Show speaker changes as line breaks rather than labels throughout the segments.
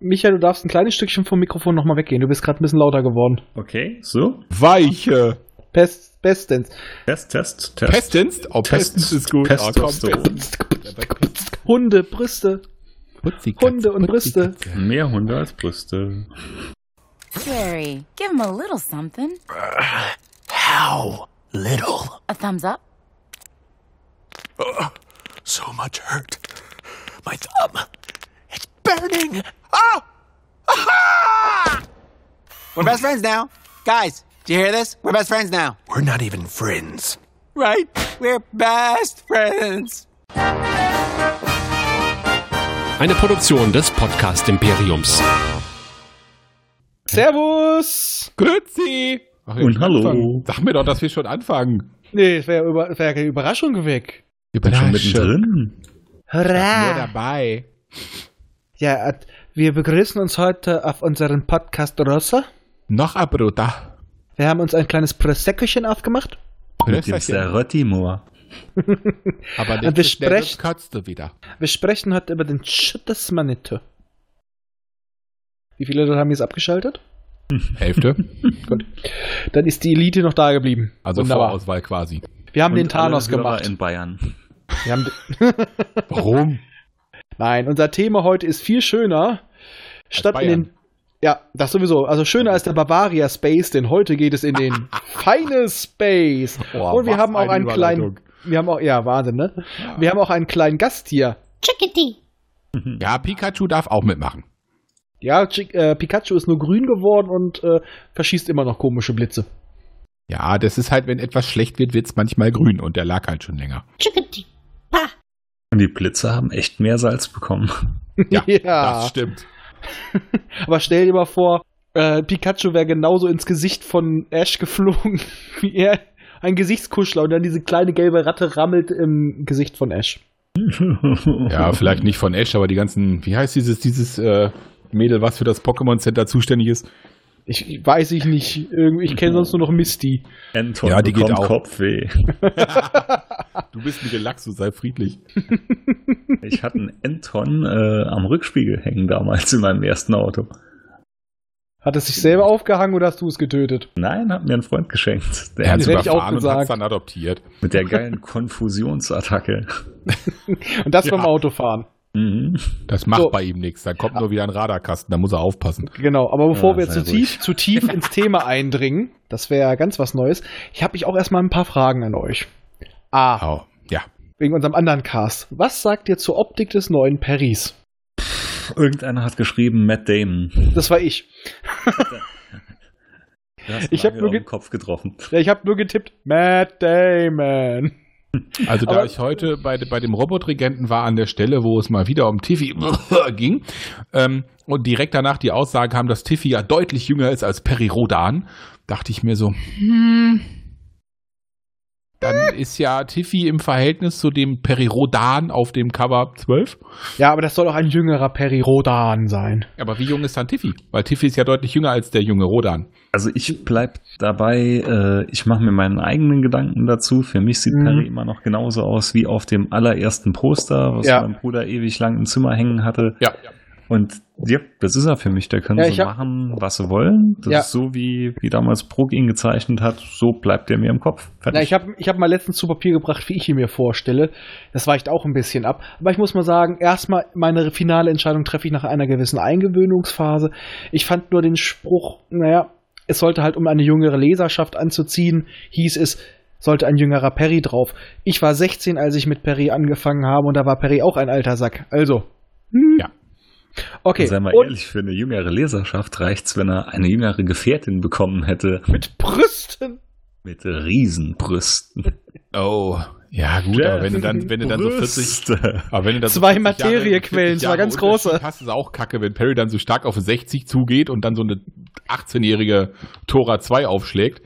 Michael, du darfst ein kleines Stückchen vom Mikrofon nochmal weggehen. Du bist gerade ein bisschen lauter geworden.
Okay, so.
Weiche.
Pest, bestens.
Test, Test, Test.
Pestens? Oh, Pestens ist gut. Ah, komm,
Testosteron.
Hunde, Brüste. Hunde und Brüste.
Mehr Hunde als Brüste.
Gary, give him a little something.
How little.
A thumbs up.
So much hurt. My thumb. It's burning. Oh! Ah!
We're best friends now. Guys, do you hear this? We're best friends now.
We're not even friends.
Right? We're best friends.
Eine Produktion des Podcast Imperiums.
Servus!
Grüezi. Ach, ja,
Und
schon
hallo.
anfangen. Sag mir doch, dass wir schon anfangen.
Nee, wäre über, wär keine Überraschung weg.
Ich
Bin schon mittendrin.
Nur
Hurra!
dabei.
Ja, at- wir begrüßen uns heute auf unserem Podcast Rosa.
Noch ein Bruder.
Wir haben uns ein kleines Proseccochen aufgemacht.
Mit dem
Prösterchen.
Serottimor.
Aber
Und
nicht
Ah, wir
zu schnell, sonst
sprechen-
kotzt du wieder.
Wir sprechen heute über den Schittes Manitou. Wie viele Leute haben jetzt abgeschaltet?
Hälfte.
Dann ist die Elite noch da geblieben.
Also
Wunderbar.
Vorauswahl quasi.
Wir haben den
Und alle
Thanos
Hörer
gemacht.
in Bayern.
Wir haben
Warum?
Nein, unser Thema heute ist viel schöner. Statt in
Bayern.
den. Ja, das sowieso. Also schöner als der Bavaria Space, denn heute geht es in den feine Space.
Boah,
Und wir
was
haben auch
eine
einen kleinen. Wir haben auch, ja, Wahnsinn, ne? Wir haben auch einen kleinen Gast hier.
Ja, Pikachu darf auch mitmachen.
Ja, Chick, äh, Pikachu ist nur grün geworden und äh, verschießt immer noch komische Blitze.
Ja, das ist halt, wenn etwas schlecht wird, wird's manchmal grün und der lag halt schon länger.
Und die Blitze haben echt mehr Salz bekommen.
Ja,
Ja.
das stimmt.
Aber stell dir mal vor, äh, Pikachu wäre genauso ins Gesicht von Ash geflogen, wie er ein Gesichtskuschler und dann diese kleine gelbe Ratte rammelt im Gesicht von Ash.
Ja, vielleicht nicht von Ash, aber die ganzen, wie heißt dieses, dieses äh, Mädel, was für das Pokémon Center zuständig ist?
Ich ich weiß ich nicht. Irgendwie, Ich kenne sonst nur noch Misty.
Anton
Ja, die geht
bekommt
auch.
Kopfweh.
Du bist ein Relax, du sei friedlich.
Ich hatte einen Anton äh, am Rückspiegel hängen damals in meinem ersten Auto.
Hat es sich selber aufgehangen oder hast du es getötet?
Nein, hat mir ein Freund geschenkt. Der
Er hat's
hätte ich auch
überfahren und
gesagt.
hat's dann adoptiert.
Mit der geilen Konfusionsattacke.
Und das
Ja.
beim Autofahren.
Mhm.
Das macht
So.
bei ihm nichts. Da kommt nur wieder ein Radarkasten, da muss er aufpassen.
Genau, aber bevor
Ja,
wir jetzt
sei
zu tief, zu tief ins Thema eindringen, das wäre ja ganz was Neues, ich habe ich auch erstmal ein paar Fragen an euch. A,
Au. Ja.
wegen unserem anderen Cast. Was sagt ihr zur Optik des neuen Paris?
Irgendeiner hat geschrieben, Matt Damon.
Das war ich.
Du hast
Ich hab
Mario
nur
auf
ge-
den Kopf getroffen.
Ja, ich habe nur getippt, Matt Damon.
Also da
Aber-
ich heute bei, bei dem Robotregenten war an der Stelle, wo es mal wieder um Tiffy ging ähm, und direkt danach die Aussage kam, dass Tiffy ja deutlich jünger ist als Perry Rodan, dachte ich mir so, hm, dann ist ja Tiffy im Verhältnis zu dem Perry Rodan auf dem Cover 12.
Ja, aber das soll auch ein jüngerer Perry Rodan sein.
Aber wie jung ist dann Tiffy? Weil Tiffy ist ja deutlich jünger als der junge Rodan.
Also ich bleib dabei, äh, ich mache mir meinen eigenen Gedanken dazu. Für mich sieht
Mhm.
Perry immer noch genauso aus wie auf dem allerersten Poster, was
Ja.
mein Bruder ewig lang im Zimmer hängen hatte.
Ja.
Und ja, das ist er für mich. Der kann
Ja, ich
so
hab-
machen, was sie wollen. Das
Ja.
ist so, wie, wie damals Brook ihn gezeichnet hat. So bleibt er mir im Kopf.
Na, ich
Fertig.
habe ich hab mal letztens zu Papier gebracht, wie ich ihn mir vorstelle. Das weicht auch ein bisschen ab. Aber ich muss mal sagen, erstmal meine finale Entscheidung treffe ich nach einer gewissen Eingewöhnungsphase. Ich fand nur den Spruch, naja, es sollte halt, um eine jüngere Leserschaft anzuziehen, hieß es, sollte ein jüngerer Perry drauf. Ich war 16, als ich mit Perry angefangen habe und da war Perry auch ein alter Sack. Also. hm.
Ja.
Okay.
Sei mal
und
ehrlich, für eine jüngere Leserschaft reicht's, wenn er eine jüngere Gefährtin bekommen hätte
mit Brüsten.
mit Riesenbrüsten.
Oh, ja gut, aber wenn du dann, wenn du dann so 40,
Brüste.
Aber wenn du dann
Zwei
40 Jahre-
Materiequellen,
40
zwar
Jahre
ganz
Unterschied
große.
Hast, ist auch kacke, wenn Perry dann so stark auf 60 zugeht und dann so eine 18-jährige Tora 2 aufschlägt.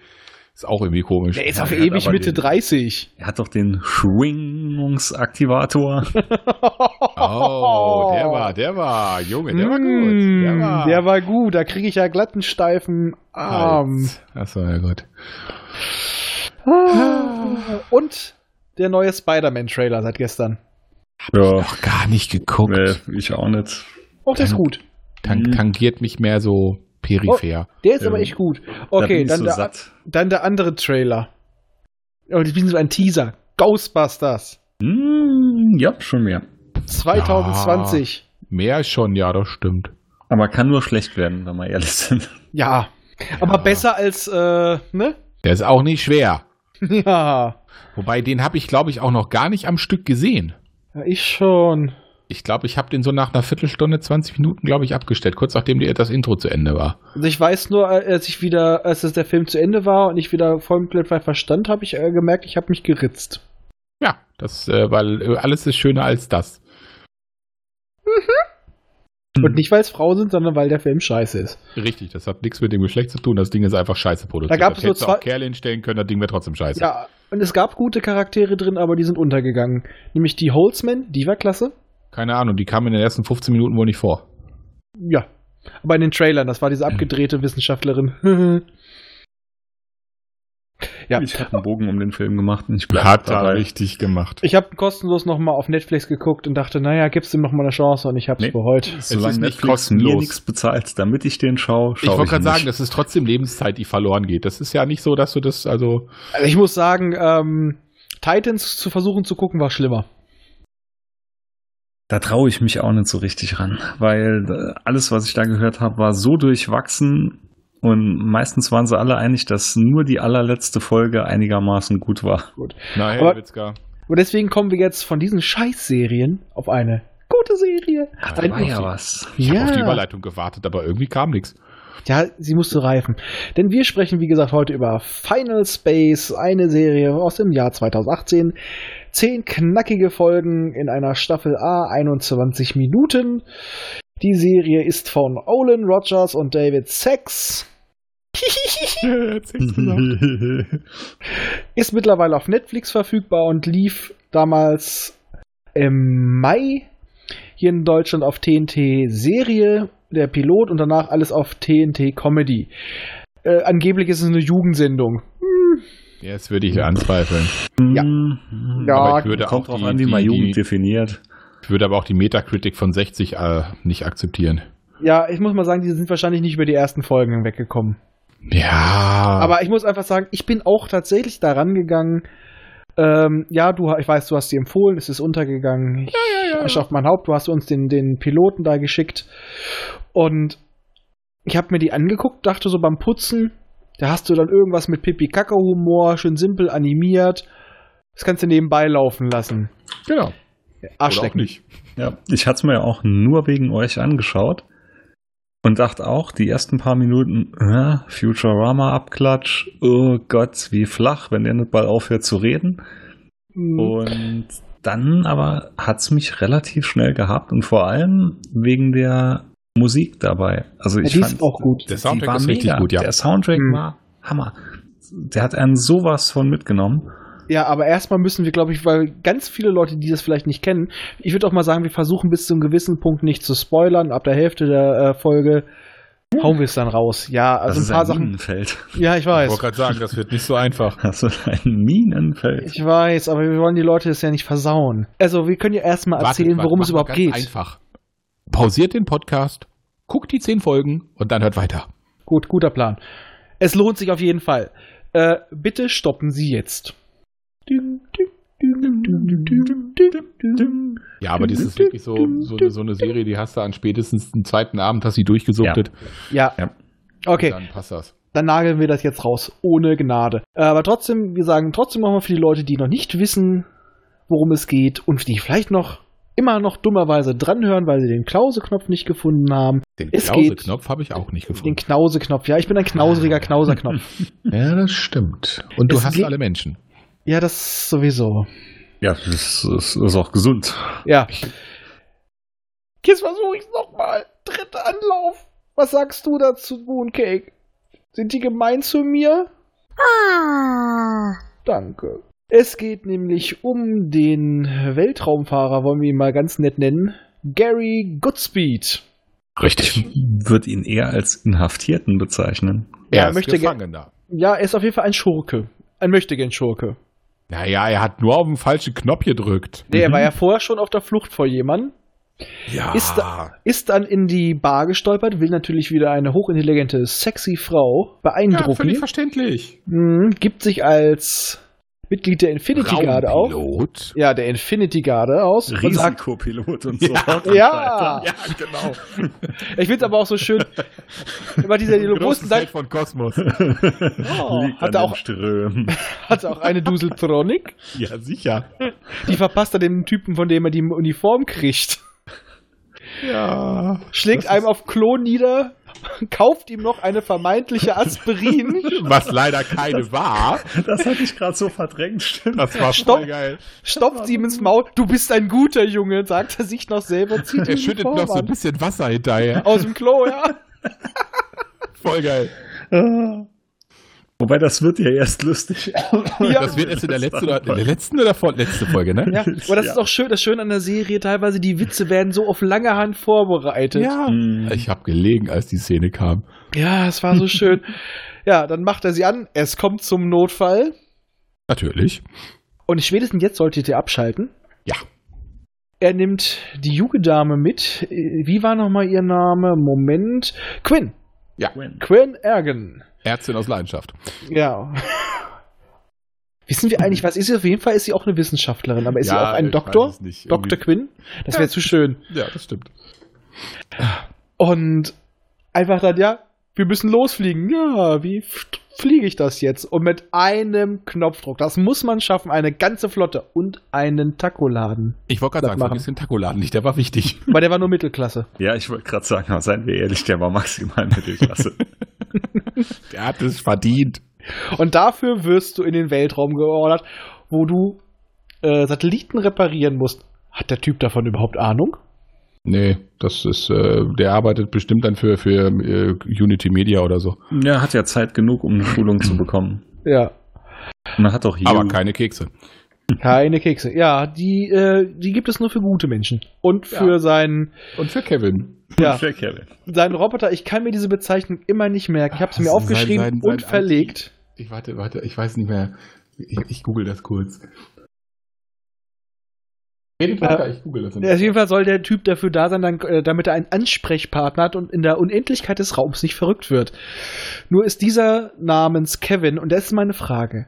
Ist auch irgendwie komisch.
Der ist auf
er hat
ewig
aber
Mitte
den-
30.
Er hat doch den Schwingungsaktivator.
Oh, der war, der war, Junge, der war gut.
Mm, der war gut, da kriege ich ja glatten, steifen Arm.
Hals. Das war ja gut.
Ah. Und der neue Spider-Man-Trailer seit gestern.
Ja,
Noch gar nicht geguckt.
nee, ich auch nicht.
Auch der ist gut.
Tan Tangiert mich mehr so peripher.
Der ist aber
Ähm,
echt gut.
da bin
Okay,
ich
dann,
so
der,
satt.
dann der andere Trailer. Oh, ich bin so ein Teaser. Ghostbusters
Mm, ja, schon mehr.
2020.
Mehr schon, ja, das stimmt.
Aber kann nur schlecht werden, wenn wir ehrlich sind.
Ja. Aber besser als, äh, ne?
Der ist auch nicht schwer.
Ja.
Wobei, den habe ich, glaube ich, auch noch gar nicht am Stück gesehen.
Ja, Ich schon.
Ich glaube, ich habe den so nach einer Viertelstunde, 20 Minuten, glaube ich, abgestellt, kurz nachdem die, das Intro zu Ende war.
Also ich weiß nur, als ich wieder, als es der Film zu Ende war und ich wieder voll komplett verstand, habe ich äh, gemerkt, ich habe mich geritzt.
Ja, das, äh, weil äh, alles ist schöner als das.
Hm.
Und nicht, weil es Frauen sind, sondern weil der Film scheiße ist.
Richtig, das hat nichts mit dem Geschlecht zu tun. Das Ding ist einfach scheiße produziert.
Da gab's
hättest
nur
du auch
zwei-
Kerle hinstellen können, das Ding wäre trotzdem
Also
scheiße.
Ja, und es gab gute Charaktere drin, aber die sind untergegangen. Nämlich die Holzman, die war klasse.
Keine Ahnung, die kamen in den ersten 15 Minuten wohl nicht vor.
Ja. Aber in den Trailern, das war
Hm.
diese abgedrehte Wissenschaftlerin. ja.
Ich habe einen Bogen um den Film gemacht und ich bleib dabei.
richtig gemacht.
Ich habe kostenlos nochmal auf Netflix geguckt und dachte, naja, gib's ihm nochmal eine Chance und ich hab's
Nee.
bereut.
Solange
Es ist nicht
Netflix
kostenlos.
mir nichts bezahlt, damit ich den schaue,
Ich
schaue
wollte gerade
ihn nicht.
sagen, das ist trotzdem Lebenszeit, die verloren geht. Das ist ja nicht so, dass du das, also.
Also ich muss sagen, ähm, Titans zu versuchen zu gucken war schlimmer.
Da traue ich mich auch nicht so richtig ran, weil äh, alles, was ich da gehört habe, war so durchwachsen und meistens waren sie alle einig, dass nur die allerletzte Folge einigermaßen gut war.
Na,
Aber-
Witzka.
Und deswegen kommen wir jetzt von diesen Scheißserien auf eine gute Serie. Ein-
was.
Ich habe auf die
ja,
Überleitung gewartet, aber irgendwie kam nichts.
ja, sie musste reifen. Denn wir sprechen, wie gesagt, heute über Final Space, eine Serie aus dem Jahr 2018. Zehn knackige Folgen in einer Staffel A, 21 Minuten. Die Serie ist von Olin Rogers und David Sachs. Ist mittlerweile auf Netflix verfügbar und lief damals im Mai hier in Deutschland auf TNT Serie, der Pilot und danach alles auf TNT Comedy. Äh, angeblich ist es eine Jugendsendung.
Jetzt würde ich anzweifeln.
Ja.
Aber
Hm,
Ja,
ich würde auch
Kommt drauf
die,
an, wie
die,
man Jugend
die,
definiert.
ich würde aber auch die Metacritic von 60 äh, nicht akzeptieren.
ja, ich muss mal sagen, die sind wahrscheinlich nicht über die ersten Folgen hinweggekommen.
Ja.
Aber ich muss einfach sagen, ich bin auch tatsächlich daran gegangen. Ähm, ja, du, ich weiß, du hast die empfohlen, es ist untergegangen. Ich ja, auf mein Haupt, du hast uns den, den Piloten da geschickt. Und ich habe mir die angeguckt, dachte so beim Putzen, da hast du dann irgendwas mit Pipi-Kacke-Humor, schön simpel animiert. Das kannst du nebenbei laufen lassen.
genau. Oder auch
Arschlecken.
nicht.
Ja, ich hatte es mir ja auch nur wegen euch angeschaut und dachte auch, die ersten paar Minuten, äh, Futurama-Abklatsch, oh Gott, wie flach, wenn der nicht bald aufhört zu reden.
Mhm.
Und dann aber hat es mich relativ schnell gehabt und vor allem wegen der Musik dabei. Also
Ja,
ich
die
fand,
ist auch gut.
Der
die
Soundtrack
war
ist richtig
mega.
gut, ja.
Der Soundtrack
Mhm.
war Hammer. Der hat einen sowas von mitgenommen.
Ja, aber erstmal müssen wir, glaube ich, weil ganz viele Leute, die das vielleicht nicht kennen, ich würde auch mal sagen, wir versuchen bis zu einem gewissen Punkt nicht zu spoilern. Ab der Hälfte der äh, Folge hauen wir es dann raus. Ja, also ein paar Sachen.
Minenfeld.
Ja, ich
Ich
weiß.
wollte gerade sagen, das wird nicht so einfach.
Das ist ein Minenfeld.
Ich weiß, aber wir wollen die Leute das ja nicht versauen. Also, wir können ja erstmal erzählen,
Wartet mal,
worum
mach
es
mal
überhaupt
ganz
geht.
Einfach. Pausiert den Podcast, guckt die 10 Folgen und dann hört weiter.
Gut, guter Plan. Es lohnt sich auf jeden Fall. Äh, bitte stoppen Sie jetzt.
Ja, aber das ist wirklich so, so, eine, so eine Serie, die hast du an spätestens den zweiten Abend, hast du die durchgesuchtet.
Ja.
Ja.
Okay.
Dann passt das.
dann nageln wir das jetzt raus, ohne Gnade. Äh, Aber trotzdem, wir sagen trotzdem nochmal für die Leute, die noch nicht wissen, worum es geht und die vielleicht noch immer noch dummerweise dranhören, weil sie den Klause-Knopf nicht gefunden haben.
Den
Es
Klauseknopf habe ich auch nicht
Den
gefunden.
Knause-Knopf. Ja, ich bin ein knauseriger Knauserknopf.
Ja, das stimmt. Und du
Es
hast
geht-
alle Menschen.
ja, das sowieso.
Ja, das ist, das ist auch gesund.
Ja. Jetzt versuche ich's nochmal. Dritter Anlauf. Was sagst du dazu, Mooncake? Sind die gemein zu mir? Danke. Es geht nämlich um den Weltraumfahrer, wollen wir ihn mal ganz nett nennen. Gary Goodspeed.
Richtig.
Würde ihn eher als Inhaftierten bezeichnen.
Er
Ja,
ist
möchte ge-
Gefangener.
Ja, er ist auf jeden Fall ein Schurke. Ein möchtegern Schurke.
Naja, er hat nur auf den falschen Knopf gedrückt.
Nee, er war ja vorher schon auf der Flucht vor jemandem.
Mhm. Ja.
Ist, ist dann in die Bar gestolpert, will natürlich wieder eine hochintelligente, sexy Frau
ja,
beeindrucken.
völlig verständlich.
Mhm, gibt sich als Mitglied der Infinity Garde auf.
Raumpilot.
Ja, der Infinity Garde aus. und sagt,
Risikopilot und so fort. und
ja,
Ja, genau.
ich finde es aber auch so schön. Immer dieser Dialogosten
Großes Genau Feld
sagt,
von Kosmos.
oh,
Liegt
hat
an
er
auch
auch,
Ström.
hat er auch eine Duseltronik.
Ja, sicher.
Die verpasst er dem Typen, von dem er die Uniform kriegt.
Ja.
Schlägt einem auf Klon nieder, kauft ihm noch eine vermeintliche Aspirin.
Was leider keine war.
Das hatte ich gerade so verdrängt, stimmt.
Das war
Stopp.
voll geil.
stopft sie ihm ins Maul. Du bist ein guter Junge, sagt er sich noch selber. Zieht
Er
die
schüttet
Uniform
noch so ein
an.
bisschen Wasser hinterher.
Aus dem Klo, ja.
Voll geil.
Wobei, das wird ja erst lustig.
ja.
Das wird jetzt in der letzten oder, in der letzten oder vor, letzte Folge, ne?
ja. Aber das ist auch schön, das Schöne an der Serie. Teilweise die Witze werden so auf lange Hand vorbereitet.
Mhm.
Ich habe gelegen, als die Szene kam.
ja es war so schön. ja, dann macht er sie an. Es kommt zum Notfall.
Natürlich.
Und spätestens jetzt solltet ihr abschalten.
Ja.
Er nimmt die Jugedame mit. Äh, Wie war nochmal ihr Name? Moment. Quinn.
Ja.
Quinn Ergen.
Ärztin aus Leidenschaft.
Ja. Wissen wir eigentlich, was ist sie? Auf jeden Fall ist sie auch eine Wissenschaftlerin, aber ist
Ja,
sie auch ein
ich
Doktor?
weiß es nicht.
Dr.
Irgendwie-
Quinn? Das wäre zu schön.
Ja, das stimmt.
Und einfach dann, ja, wir müssen losfliegen. Ja, wie f- fliege ich das jetzt? Und mit einem Knopfdruck, das muss man schaffen, eine ganze Flotte und einen Tacoladen.
Ich wollte gerade
Das
sagen,
machen.
vergiss den Tacoladen nicht, der war wichtig.
Weil der war nur Mittelklasse.
ja, ich wollte gerade sagen, aber seien wir ehrlich, der war maximal Mittelklasse.
Der hat es verdient.
Und dafür wirst du in den Weltraum geordert, wo du äh, Satelliten reparieren musst. Hat der Typ davon überhaupt Ahnung?
Nee, das ist, äh, der arbeitet bestimmt dann für, für äh, Unity Media oder so.
ja, hat ja Zeit genug, um eine Schulung zu bekommen.
Ja.
Man hat auch Hugh.
Aber keine Kekse.
Keine Kekse. Ja, die, äh, die gibt es nur für gute Menschen. Und für
Ja.
seinen,
Und für Kevin.
ja,
Für Kevin.
seinen Roboter. Ich kann mir diese Bezeichnung immer nicht merken. Ich habe sie
Ach,
mir
sein-
aufgeschrieben
sein- sein
und verlegt.
Ich warte, warte, ich weiß nicht mehr. Ich, ich google das kurz. Redet
weiter,
ich google das.
Ja, Auf jeden Fall soll der Typ dafür da sein, dann, äh, damit er einen Ansprechpartner hat und in der Unendlichkeit des Raums nicht verrückt wird. Nur ist dieser namens Kevin, und das ist meine Frage.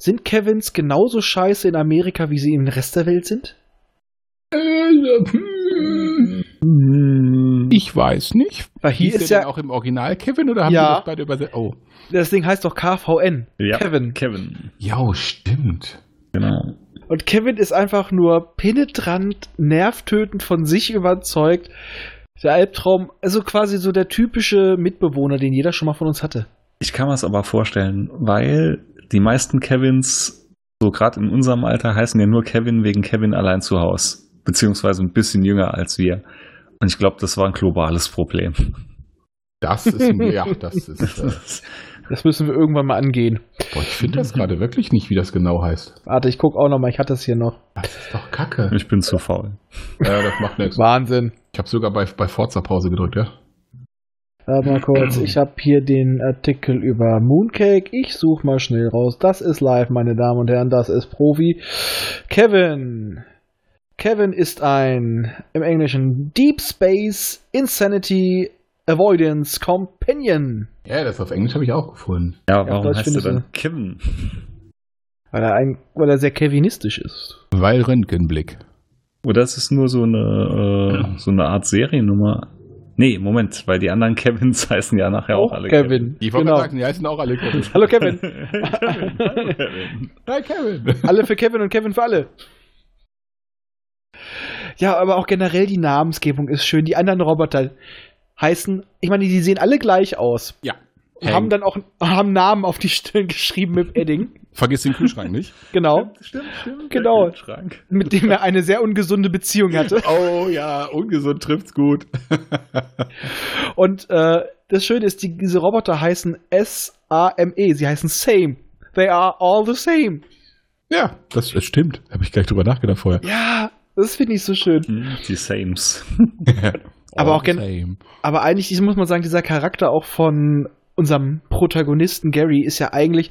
Sind Kevins genauso scheiße in Amerika, wie sie im Rest der Welt sind? Hm.
Ich weiß nicht.
Weil hier
Hieß
ist
der
ja-
denn auch im Original Kevin oder haben
Ja.
wir das beide übersetzt? Oh.
Das Ding heißt doch KVN.
Ja,
Kevin.
Kevin.
Ja, oh, stimmt.
Genau.
Und Kevin ist einfach nur penetrant, nervtötend von sich überzeugt. Der Albtraum, also quasi so der typische Mitbewohner, den jeder schon mal von uns hatte.
Ich kann mir es aber vorstellen, weil die meisten Kevins, so gerade in unserem Alter, heißen ja nur Kevin wegen Kevin allein zu Haus. Beziehungsweise ein bisschen jünger als wir. Und ich glaube, das war ein globales Problem.
Das ist, ja, das ist. Äh,
Das müssen wir irgendwann mal angehen.
boah, ich finde das gerade wirklich nicht, wie das genau heißt.
Warte, ich guck auch noch mal, ich hatte das hier noch.
Das ist doch kacke.
Ich bin zu faul.
Ja, das macht nichts.
Wahnsinn.
Ich habe sogar bei, bei Forza Pause gedrückt, ja?
Warte mal kurz, ich habe hier den Artikel über Mooncake. Ich suche mal schnell raus. Das ist live, meine Damen und Herren, das ist Profi. Kevin. Kevin ist ein im Englischen Deep Space Insanity Avoidance Companion.
Ja, das auf Englisch habe ich auch gefunden.
Ja,
Ja,
warum
Deutsch
heißt er
findest du-
dann Kevin?
Weil er, ein, weil er sehr kevinistisch ist.
Weil Röntgenblick.
Oder Oh, ist es nur so eine, äh, so eine Art Seriennummer? Nee, Moment, weil die anderen Kevins heißen ja nachher auch, alle
Kevin.
Ich wollte
Genau.
sagen, die heißen auch alle Kevin.
Hallo Kevin.
Kevin. Hallo, Kevin.
Hi Kevin.
Alle für Kevin und Kevin für alle. Ja, aber auch generell die Namensgebung ist schön. Die anderen Roboter heißen, ich meine, die sehen alle gleich aus.
Ja.
Und haben dann auch haben Namen auf die Stirn geschrieben mit Edding.
Vergiss den Kühlschrank nicht.
Genau.
Stimmt, stimmt.
Genau.
Der Kühlschrank.
Mit dem er eine sehr ungesunde Beziehung hatte.
Oh ja, ungesund trifft's gut.
Und äh, das Schöne ist, die, diese Roboter heißen S-A-M-E. E. Sie heißen Same. They are all the same.
Ja, das, das stimmt. Habe ich gleich drüber nachgedacht vorher.
Ja, das finde ich so schön.
Hm, Die Sames.
Aber
All
auch gen-
same.
Aber eigentlich ist- muss man sagen, dieser Charakter auch von unserem Protagonisten Gary ist ja eigentlich.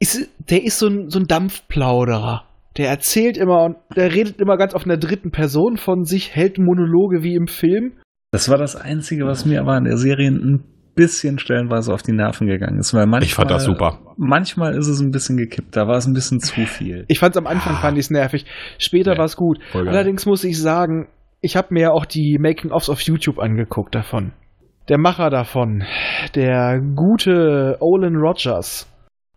Ist, der ist so ein, so ein Dampfplauderer. Der erzählt immer und der redet immer ganz auf einer dritten Person von sich, hält Monologe wie im Film.
Das war das Einzige, was mir aber an der Serie ein bisschen stellenweise auf die Nerven gegangen ist. Weil manchmal,
Ich fand das super.
Manchmal ist es ein bisschen gekippt, da war es ein bisschen zu viel.
Ich fand's am Anfang fand ich's nervig. Später
Nee,
war's gut.
voll geil.
Allerdings muss ich sagen, ich habe mir auch die Making-ofs auf YouTube angeguckt davon. Der Macher davon, der gute Olin Rogers,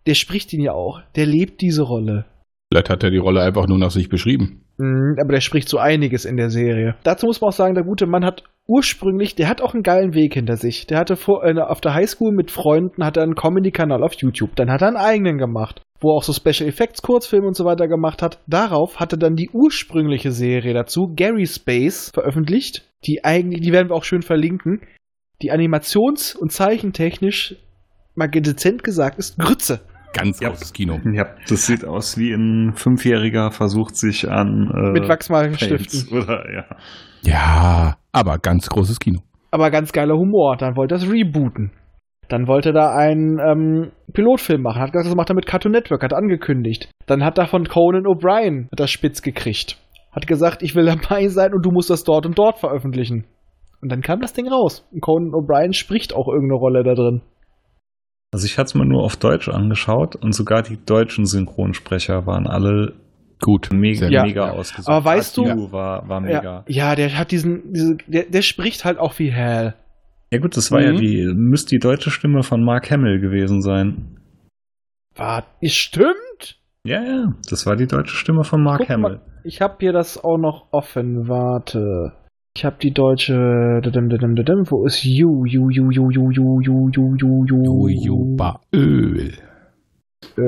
der spricht ihn ja auch. Der lebt diese Rolle.
Vielleicht hat er die Rolle einfach nur nach sich beschrieben.
Mhm, Aber der spricht so einiges in der Serie. Dazu muss man auch sagen, der gute Mann hat ursprünglich, der hat auch einen geilen Weg hinter sich. Der hatte vor, äh, auf der Highschool mit Freunden hat er einen Comedy-Kanal auf YouTube. Dann hat er einen eigenen gemacht, wo er auch so Special Effects, Kurzfilme und so weiter gemacht hat. Darauf hat er dann die ursprüngliche Serie dazu, Gary Space, veröffentlicht. Die eigentlich, die werden wir auch schön verlinken. Die animations- und zeichentechnisch, mal dezent gesagt, ist Grütze.
Ganz
Ja.
großes Kino.
Ja, das sieht aus wie ein Fünfjähriger versucht sich an äh,
Mit Wachsmalenstiften.
Paints oder ja.
Ja, aber ganz großes Kino.
aber ganz geiler Humor. Dann wollte er es rebooten. Dann wollte er da einen ähm, Pilotfilm machen. Hat gesagt, das macht er mit Cartoon Network, hat angekündigt. Dann hat er von Conan O'Brien das spitz gekriegt. Hat gesagt, ich will dabei sein und du musst das dort und dort veröffentlichen. Und dann kam das Ding raus. Und Conan O'Brien spricht auch irgendeine Rolle da drin.
Also ich hatte es mir nur auf Deutsch angeschaut und sogar die deutschen Synchronsprecher waren alle
Gut.
mega,
Sehr
Ja.
mega ausgesucht.
Aber weißt
Atu
du-
war, war
Ja,
mega. Ja,
ja, der hat diesen, diese, der, der spricht halt auch wie Hell.
gut, das war ja
Mhm.
die, müsste die deutsche Stimme von Mark Hamill gewesen sein.
War, ist stimmt?
Ja, ja, das war die deutsche Stimme von Mark
Guck
Hamill.
mal, ich habe hier das auch noch offen. Warte. Ich habe die deutsche. dadam, dadam, dadam. Wo ist you? You, you, you, you, you, you, you, you, you.
Jojoba Öl.
Äh,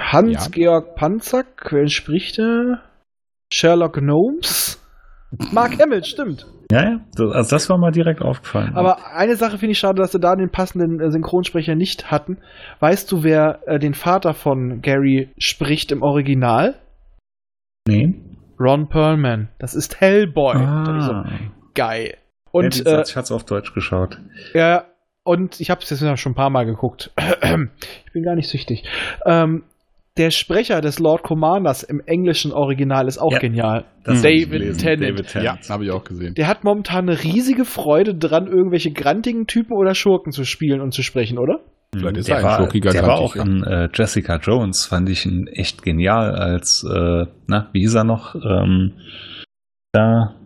Hans-Georg Panzack. Wer spricht er? Sherlock Gnomes? Mark Hamill, stimmt.
Ja, ja, das, also das war mal direkt aufgefallen.
Aber eine Sache finde ich schade, dass sie da den passenden äh, Synchronsprecher nicht hatten. Weißt du, wer äh, den Vater von Gary spricht im Original?
nee.
Ron Perlman. Das ist Hellboy. Da dachte ich Oh, so,
Ah.
geil.
ja,
Und
wie
äh,
gesagt, ich hatte es auf Deutsch geschaut.
ja, und ich habe es jetzt ja schon ein paar Mal geguckt. ich bin gar nicht süchtig. Ähm, der Sprecher des Lord Commanders im englischen Original ist auch
Ja,
genial.
Das hab ich
David
gelesen.
Tennant.
David
Ja,
Tennant.
habe ich auch gesehen.
Der hat momentan eine riesige Freude dran, irgendwelche grantigen Typen oder Schurken zu spielen und zu sprechen, oder?
Vielleicht ist
Mhm. der
er ein
war,
schurkiger
der war auch
Grantiger.
in äh, Jessica Jones, fand ich ihn echt genial als, äh, na, wie hieß er noch? Ähm, da.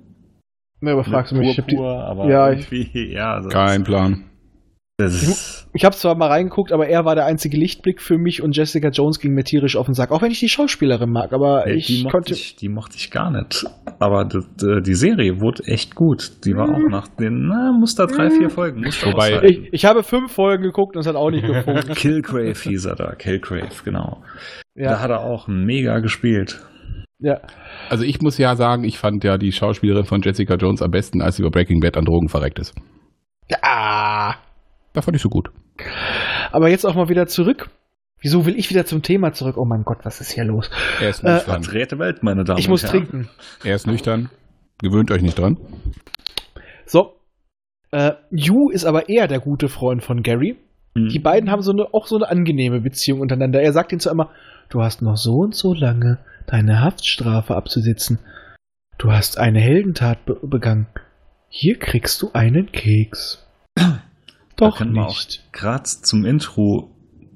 Ne, überfragst du mich. Ich habe die,
aber
Ja,
ja,
ich-
irgendwie, ja, also
Kein Plan.
das ist,
ich hab zwar mal reingeguckt, aber er war der einzige Lichtblick für mich und Jessica Jones ging mir tierisch auf den Sack. Auch wenn ich die Schauspielerin mag, aber
nee, die,
ich
mochte
konnte.
ich, die mochte ich gar nicht. Aber d- d- die Serie wurde echt gut. Die war
Mhm.
auch nach den, na, muss da drei, vier Folgen. Muss da
Wobei-
aushalten.
Ich, ich habe fünf Folgen geguckt und es hat auch nicht gefunkt.
Kilgrave hieß er da, Kilgrave, genau.
Ja.
Da hat er auch mega gespielt.
ja.
Also ich muss ja sagen, ich fand ja die Schauspielerin von Jessica Jones am besten, als sie über Breaking Bad an Drogen verreckt ist.
Ah.
Da fand ich so gut.
Aber jetzt auch mal wieder zurück. Wieso will ich wieder zum Thema zurück? Oh mein Gott, was ist hier los?
Er ist
Äh,
nüchtern.
Drehte Welt, meine Damen
ich muss
und Herren.
trinken.
er ist nüchtern. Gewöhnt euch nicht dran.
So. Äh, Yu ist aber eher der gute Freund von Gary.
Hm.
Die beiden haben so eine, auch so eine angenehme Beziehung untereinander. Er sagt ihm zwar immer, du hast noch so und so lange deine Haftstrafe abzusitzen. Du hast eine Heldentat be begangen. Hier kriegst du einen Keks. Doch
da können wir auch
nicht.
gerade zum Intro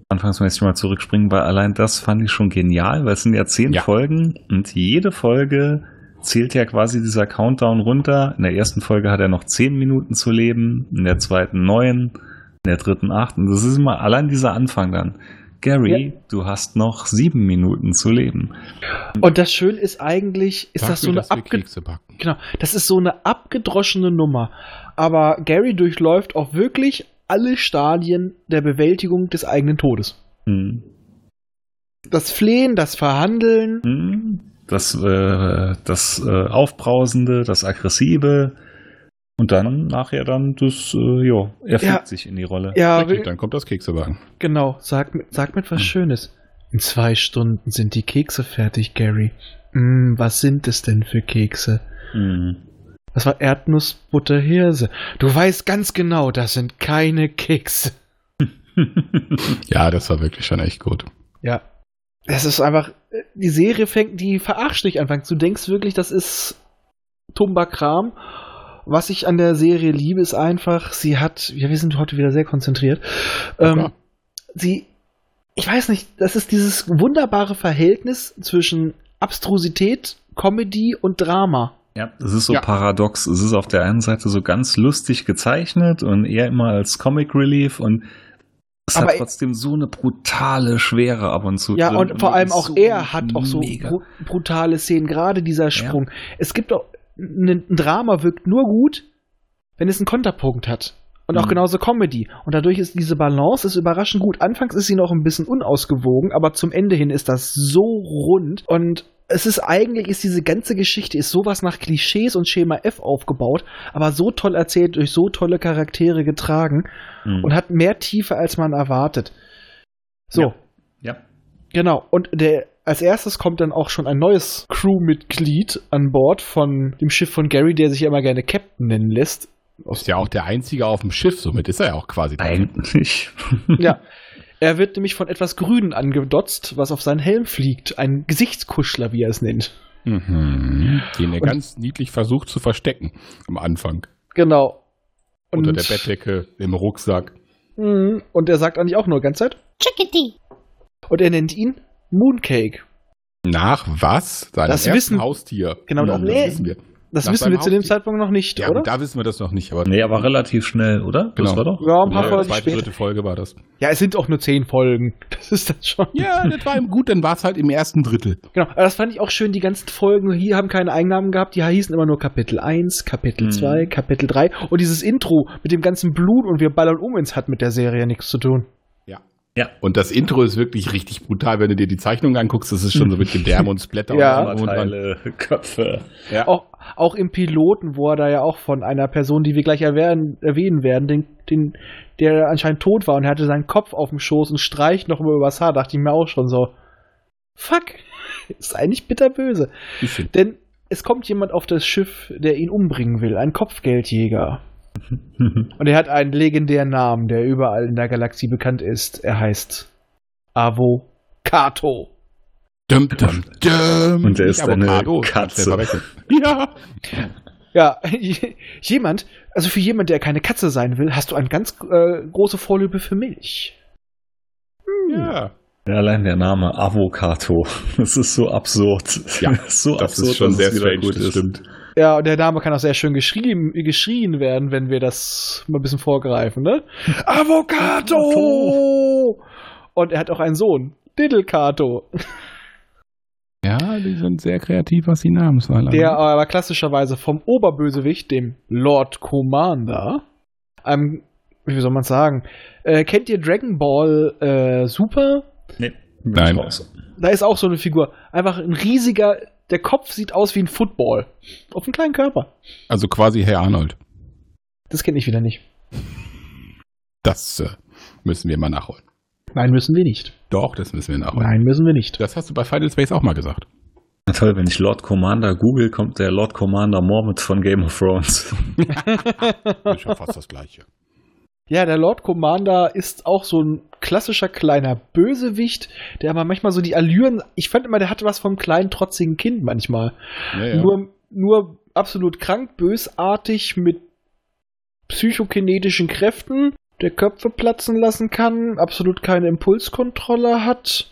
anfangsmäßig mal zurückspringen, weil allein das fand ich schon genial, weil es sind ja zehn
Ja.
Folgen und jede Folge zählt ja quasi dieser Countdown runter. In der ersten Folge hat er noch zehn Minuten zu leben, in der zweiten neun, in der dritten acht und das ist immer allein dieser Anfang dann. Gary, du hast noch sieben Minuten zu leben.
Und das Schöne ist eigentlich, ist
Sag
das so
mir,
eine
dass wir
abge
Kekse backen.
Genau, das ist so eine abgedroschene Nummer. Aber Gary durchläuft auch wirklich alle Stadien der Bewältigung des eigenen Todes.
Hm.
Das Flehen, das Verhandeln,
Hm, Das, äh, das äh, Aufbrausende, das Aggressive und dann nachher dann das, äh, jo, er fügt
Ja.
sich in die Rolle.
ja,
Richtig,
wi-
dann kommt das Keksebacken.
genau, sag, mit- sag mit was Schönes. In zwei Stunden sind die Kekse fertig, Gary. Hm, was sind es denn für Kekse?
Hm.
Das war Erdnuss, Butter, Hirse. Du weißt ganz genau, das sind keine Kekse.
Ja, das war wirklich schon echt gut.
Ja. Es ist einfach, die Serie fängt, die verarscht dich anfangs. Du denkst wirklich, das ist Tumba-Kram. Was ich an der Serie liebe, ist einfach, sie hat, ja, wir sind heute wieder sehr konzentriert. Ähm,
klar.
sie, ich weiß nicht, das ist dieses wunderbare Verhältnis zwischen Abstrusität, Comedy und Drama.
Ja, es ist so
Ja.
paradox. Es ist auf der einen Seite so ganz lustig gezeichnet und eher immer als Comic Relief und es
Aber
hat trotzdem so eine brutale Schwere ab und zu.
Ja,
drin
und vor
die
allem
ist
auch
so
er hat auch so
mega.
bru brutale Szenen, gerade dieser Sprung. Es gibt auch, ein ein Drama wirkt nur gut, wenn es einen Konterpunkt hat. Und auch
Mhm.
genauso Comedy. Und dadurch ist diese Balance ist überraschend gut. Anfangs ist sie noch ein bisschen unausgewogen, aber zum Ende hin ist das so rund. Und es ist eigentlich, ist diese ganze Geschichte, ist sowas nach Klischees und Schema F aufgebaut, aber so toll erzählt, durch so tolle Charaktere getragen
Mhm.
und hat mehr Tiefe, als man erwartet. So,
Ja. Ja.
Genau, und der als erstes kommt dann auch schon ein neues Crewmitglied an Bord von dem Schiff von Gary, der sich ja immer gerne Captain nennen lässt.
Ist ja auch der Einzige auf dem Schiff, somit ist er ja auch quasi der
Eigentlich.
Ja. Er wird nämlich von etwas Grünen angedotzt, was auf seinen Helm fliegt. Ein Gesichtskuschler, wie er es nennt.
Mhm. Den er
Und-
ganz niedlich versucht zu verstecken am Anfang.
Genau. Und,
Unter der Bettdecke, im Rucksack.
Mhm. Und er sagt eigentlich auch nur die ganze Zeit.
Chickadee.
Und er nennt ihn Mooncake.
Nach was? Seinem
Das
ersten
wissen-
Haustier.
Genau,
das
das
wissen wir.
Das
Nach
wissen
seinem
wir zu dem
Haustier.
Zeitpunkt noch nicht,
Ja,
oder?
gut, da wissen wir das noch nicht, aber
Nee, aber relativ schnell, oder?
Genau.
Das war doch.
Ja, ein paar
Ja,
Folgen
zweite,
später.
dritte Folge war das.
Ja, es sind auch nur zehn Folgen. Das ist dann schon.
Ja, das war gut, dann war es halt im ersten Drittel.
Genau, aber das fand ich auch schön, die ganzen Folgen hier haben keine Einnahmen gehabt, die hießen immer nur Kapitel 1, Kapitel
Mhm.
2, Kapitel 3 und dieses Intro mit dem ganzen Blut und wir ballern um ins hat mit der Serie nichts zu tun.
Und das Intro ist wirklich richtig brutal, wenn du dir die Zeichnung anguckst, das ist schon so mit Gedärm und Splatter
Ja.
und allem drum und dran.
Köpfe.
Ja.
Auch, auch im Piloten, wo er da ja auch von einer Person, die wir gleich erwähnen, erwähnen werden, den, den, der anscheinend tot war und er hatte seinen Kopf auf dem Schoß und streicht noch mal übers Haar, dachte ich mir auch schon so, fuck, ist eigentlich bitterböse.
Bisschen.
Denn es kommt jemand auf das Schiff, der ihn umbringen will, ein Kopfgeldjäger. Und er hat einen legendären Namen, der überall in der Galaxie bekannt ist. Er heißt Avocato.
Dum, dum, dum.
Und der
Nicht
ist eine Katze.
Stefan Wechsel. Ja.
Ja, jemand, also für jemand, der keine Katze sein will, hast du eine ganz äh, große Vorliebe für Milch.
ja.
Ja, allein der Name Avocado. Das ist so absurd.
Ja,
so
Das ist schon
dass
sehr
es wieder
strange, das stimmt.
Ja, und der Name kann auch sehr schön geschrieben, geschrien werden, wenn wir das mal ein bisschen vorgreifen, ne? Avocato! Und er hat auch einen Sohn, Diddlecato.
Ja, die sind sehr kreativ, was die Namenswahl angeht.
der aber klassischerweise vom Oberbösewicht, dem Lord Commander, einem, wie soll man sagen, äh, kennt ihr Dragon Ball äh, Super?
Nee.
Nein.
Raus.
Da ist auch so eine Figur. Einfach ein riesiger, der Kopf sieht aus wie ein Football. Auf einem kleinen Körper.
Also quasi Herr Arnold.
Das kenne ich wieder nicht.
Das äh, müssen wir mal nachholen.
Nein, müssen wir nicht.
Doch, das müssen wir nachholen.
Nein, müssen wir nicht.
Das hast du bei Final Space auch mal gesagt.
Na Toll, wenn ich Lord Commander google, kommt der Lord Commander Mormont von Game of Thrones.
Ist ja fast das Gleiche.
Ja, der Lord Commander ist auch so ein klassischer kleiner Bösewicht, der aber manchmal so die Allüren. Ich fand immer, der hatte was vom kleinen, trotzigen Kind manchmal.
Ja, ja.
Nur, nur absolut krank, bösartig mit psychokinetischen Kräften, der Köpfe platzen lassen kann, absolut keine Impulskontrolle hat,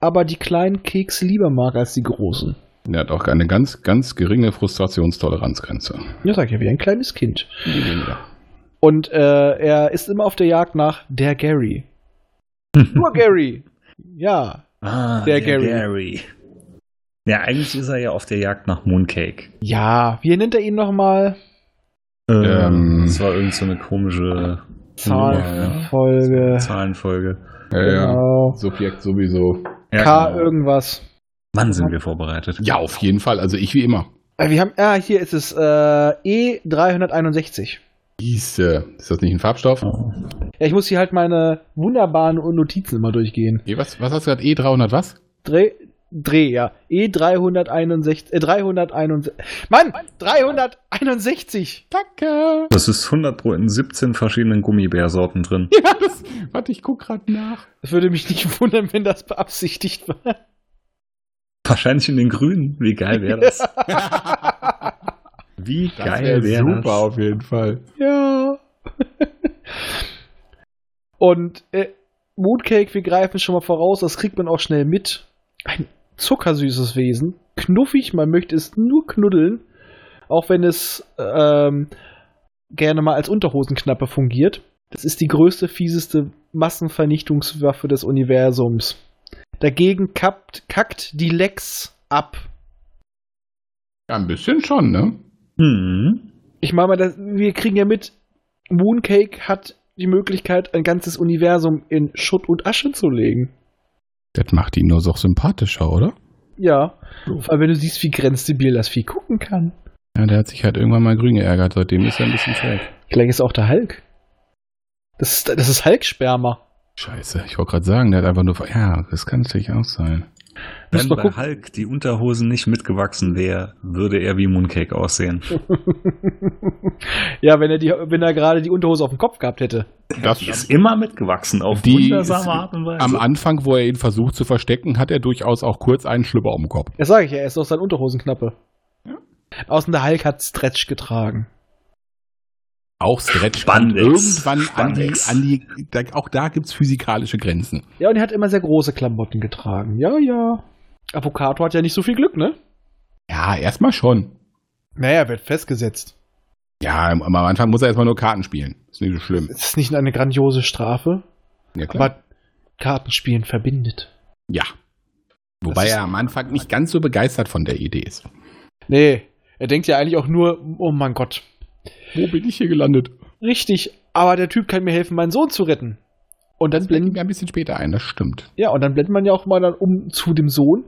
aber die kleinen Kekse lieber mag als die großen.
er hat auch eine ganz, ganz geringe Frustrationstoleranzgrenze.
Ja, sag ich ja, wie ein kleines Kind. Und äh, er ist immer auf der Jagd nach der Gary. Nur Gary! Ja.
Ah,
Der Gary.
Gary. Ja, eigentlich ist er ja auf der Jagd nach Mooncake.
Ja, wie nennt er ihn nochmal?
Ähm.
das war irgend so eine komische Nummer,
Zahlenfolge.
ja. Zahlenfolge.
Ja, ja.
Genau.
Subjekt sowieso.
Ja,
K
genau.
irgendwas.
Wann sind wir vorbereitet?
Ja, auf jeden Fall. Also ich wie immer.
Äh, Wir haben, ah, hier ist es, äh, E361.
Diese. Ist das nicht ein Farbstoff?
Ja, ich muss hier halt meine wunderbaren Notizen immer durchgehen.
Nee, E was, was hast du gerade? E300 was?
Dreh, Dreh, ja. E361, äh, 361, Mann, 361.
Danke.
Das ist 100 Pro in 17 verschiedenen Gummibärsorten drin.
Ja, das, warte, ich guck gerade nach.
Das würde mich nicht wundern, wenn das beabsichtigt war.
Wahrscheinlich in den Grünen. Wie geil wäre das? Wie
Das
geil
wär
wäre
super
das?
auf jeden Fall.
Ja. Und äh, Moodcake, wir greifen schon mal voraus, das kriegt man auch schnell mit. Ein zuckersüßes Wesen. Knuffig, man möchte es nur knuddeln. Auch wenn es ähm, gerne mal als Unterhosenknappe fungiert. Das ist die größte, fieseste Massenvernichtungswaffe des Universums. Dagegen kappt, kackt die Lex ab.
Ja, ein bisschen schon, ne?
Hm.
ich meine mal, das, wir kriegen ja mit, Mooncake hat die Möglichkeit, ein ganzes Universum in Schutt und Asche zu legen.
Das macht ihn nur so sympathischer, oder?
Ja. Vor allem, wenn du siehst, wie grenzdebil das Vieh gucken kann.
Ja, der hat sich halt irgendwann mal grün geärgert, seitdem ist er ein bisschen schräg.
Vielleicht ist auch der Hulk. Das ist, das ist Hulk-Sperma.
Scheiße, ich wollte gerade sagen, der hat einfach nur. ver- Ja, das kann natürlich auch sein.
Muss
Wenn
mal
bei
gucken.
Hulk die Unterhosen nicht mitgewachsen wäre, würde er wie Mooncake aussehen.
ja, wenn er, die, wenn er gerade die Unterhose auf dem Kopf gehabt hätte.
Das
Die ist immer mitgewachsen, auf
Die ist-
wundersame Art und Weise.
am Anfang, wo er ihn versucht zu verstecken, hat er durchaus auch kurz einen Schlüpper auf dem Kopf.
Das sage ich ja, er ist doch sein Unterhosenknappe. Außen der Hulk hat Stretch getragen.
Auch Stretch.
Spandex.
Irgendwann
Spandex.
an die, an die da, auch da gibt's physikalische Grenzen.
Ja, und er hat immer sehr große Klamotten getragen. Ja, ja. Avocado hat ja nicht so viel Glück, ne?
Ja, erstmal schon.
Naja, wird festgesetzt.
Ja, am am Anfang muss er erstmal nur Karten spielen. Ist nicht so schlimm.
Es ist nicht eine grandiose Strafe,
Ja,
aber Kartenspielen verbindet.
ja. Wobei
Das ist-
er am Anfang nicht ganz so begeistert von der Idee ist.
Nee, er denkt ja eigentlich auch nur, oh mein Gott.
Wo bin ich hier gelandet?
Richtig, aber der Typ kann mir helfen, meinen Sohn zu retten. Und dann
Das blenden
blendet,
wir ein bisschen später ein, das stimmt.
ja, und dann blendet man ja auch mal dann um zu dem Sohn,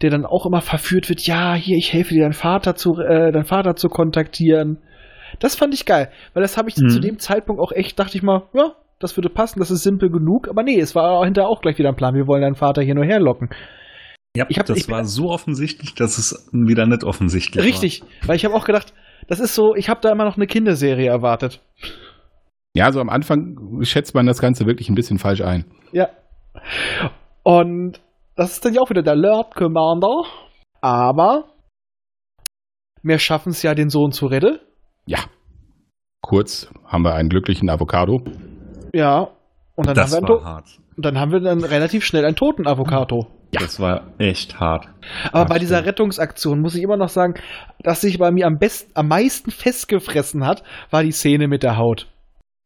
der dann auch immer verführt wird, ja, hier, ich helfe dir, deinen Vater zu, äh, deinen Vater zu kontaktieren. Das fand ich geil, weil das habe ich
Mhm.
zu dem Zeitpunkt auch echt, dachte ich mal, ja, das würde passen, das ist simpel genug, aber nee, es war hinterher auch gleich wieder ein Plan, wir wollen deinen Vater hier nur herlocken.
ja,
ich hab-
das
ich-
war so offensichtlich, dass es wieder nicht offensichtlich
Richtig, weil ich habe auch gedacht, das ist so, ich habe da immer noch eine Kinderserie erwartet.
Ja, so am Anfang schätzt man das Ganze wirklich ein bisschen falsch ein.
Ja. Und das ist dann ja auch wieder der Lord Commander. Aber wir schaffen es ja, den Sohn zu retten.
Ja. Kurz haben wir einen glücklichen Avocado.
Ja. Und dann,
war. Das
haben wir einen
war
to-
hart.
und dann haben wir dann relativ schnell einen toten Avocado.
Ja.
Das war echt hart.
Aber
Ja,
bei dieser
stimmt.
Rettungsaktion muss ich immer noch sagen, dass sich bei mir am besten, am meisten festgefressen hat, war die Szene mit der Haut.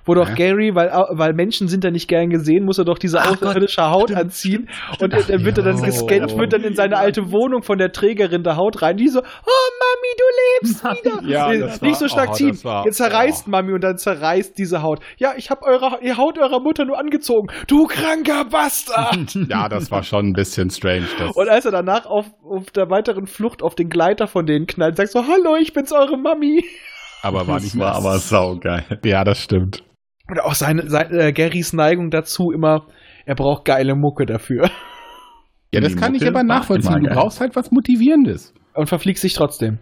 Wo doch
Ja.
Gary, weil, weil Menschen sind da nicht gern gesehen, muss er doch diese außerirdische Haut anziehen und
stimmt.
dann wird er dann
Ach,
gescannt,
ja.
wird dann in seine alte Wohnung von der Trägerin der Haut rein, die so, oh Mami, du lebst wieder.
Ja,
Nee,
das war-
nicht so stark
oh,
ziehen.
das war-
Jetzt zerreißt Mami und dann zerreißt diese Haut. Ja, ich habe eure ihr Haut eurer Mutter nur angezogen. Du kranker Bastard!
Ja, das war schon ein bisschen strange. Das
Und als er danach auf, auf der weiteren Flucht auf den Gleiter von denen knallt, sagst du, hallo, ich bin's eure Mami.
aber war nicht
das war
mal-
aber saugeil.
Ja, das stimmt.
Oder auch seine, seine äh, Garys Neigung dazu immer, er braucht geile Mucke dafür.
Ja, das
Die
kann ich
Mucke
aber
war
nachvollziehen.
immer
Du
geil.
brauchst halt was Motivierendes.
Und verfliegt sich trotzdem.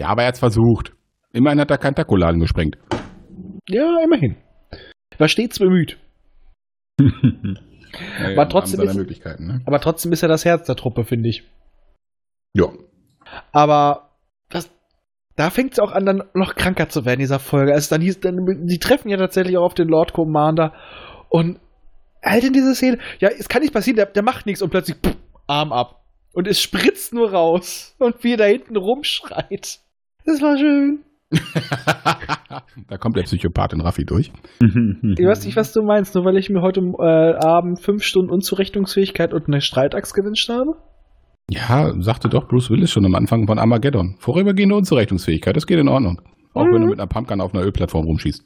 Ja, aber er hat's versucht. Immerhin hat er keinen Tacoladen gesprengt.
Ja, immerhin. War stets bemüht.
Ja,
Aber trotzdem
ist
ist-
Äh, Möglichkeiten, ne?
Aber trotzdem ist er das Herz der Truppe, finde ich.
Ja.
Aber das, da fängt es auch an, dann noch kranker zu werden, dieser Folge. Also dann hieß, dann, die treffen ja tatsächlich auch auf den Lord Commander und halt in dieser Szene, ja, es kann nicht passieren, der, der macht nichts und plötzlich pff, Arm ab. Und es spritzt nur raus. Und wie er da hinten rumschreit. Das war schön.
da kommt der Psychopath in Raffi durch.
Ich weiß nicht, was du meinst, nur weil ich mir heute äh, Abend fünf Stunden Unzurechnungsfähigkeit und eine Streitachs gewünscht habe.
Ja, sagte doch Bruce Willis schon am Anfang von Armageddon. Vorübergehende Unzurechnungsfähigkeit, das geht in Ordnung. Auch wenn du mit einer Pumpgun auf einer Ölplattform rumschießt.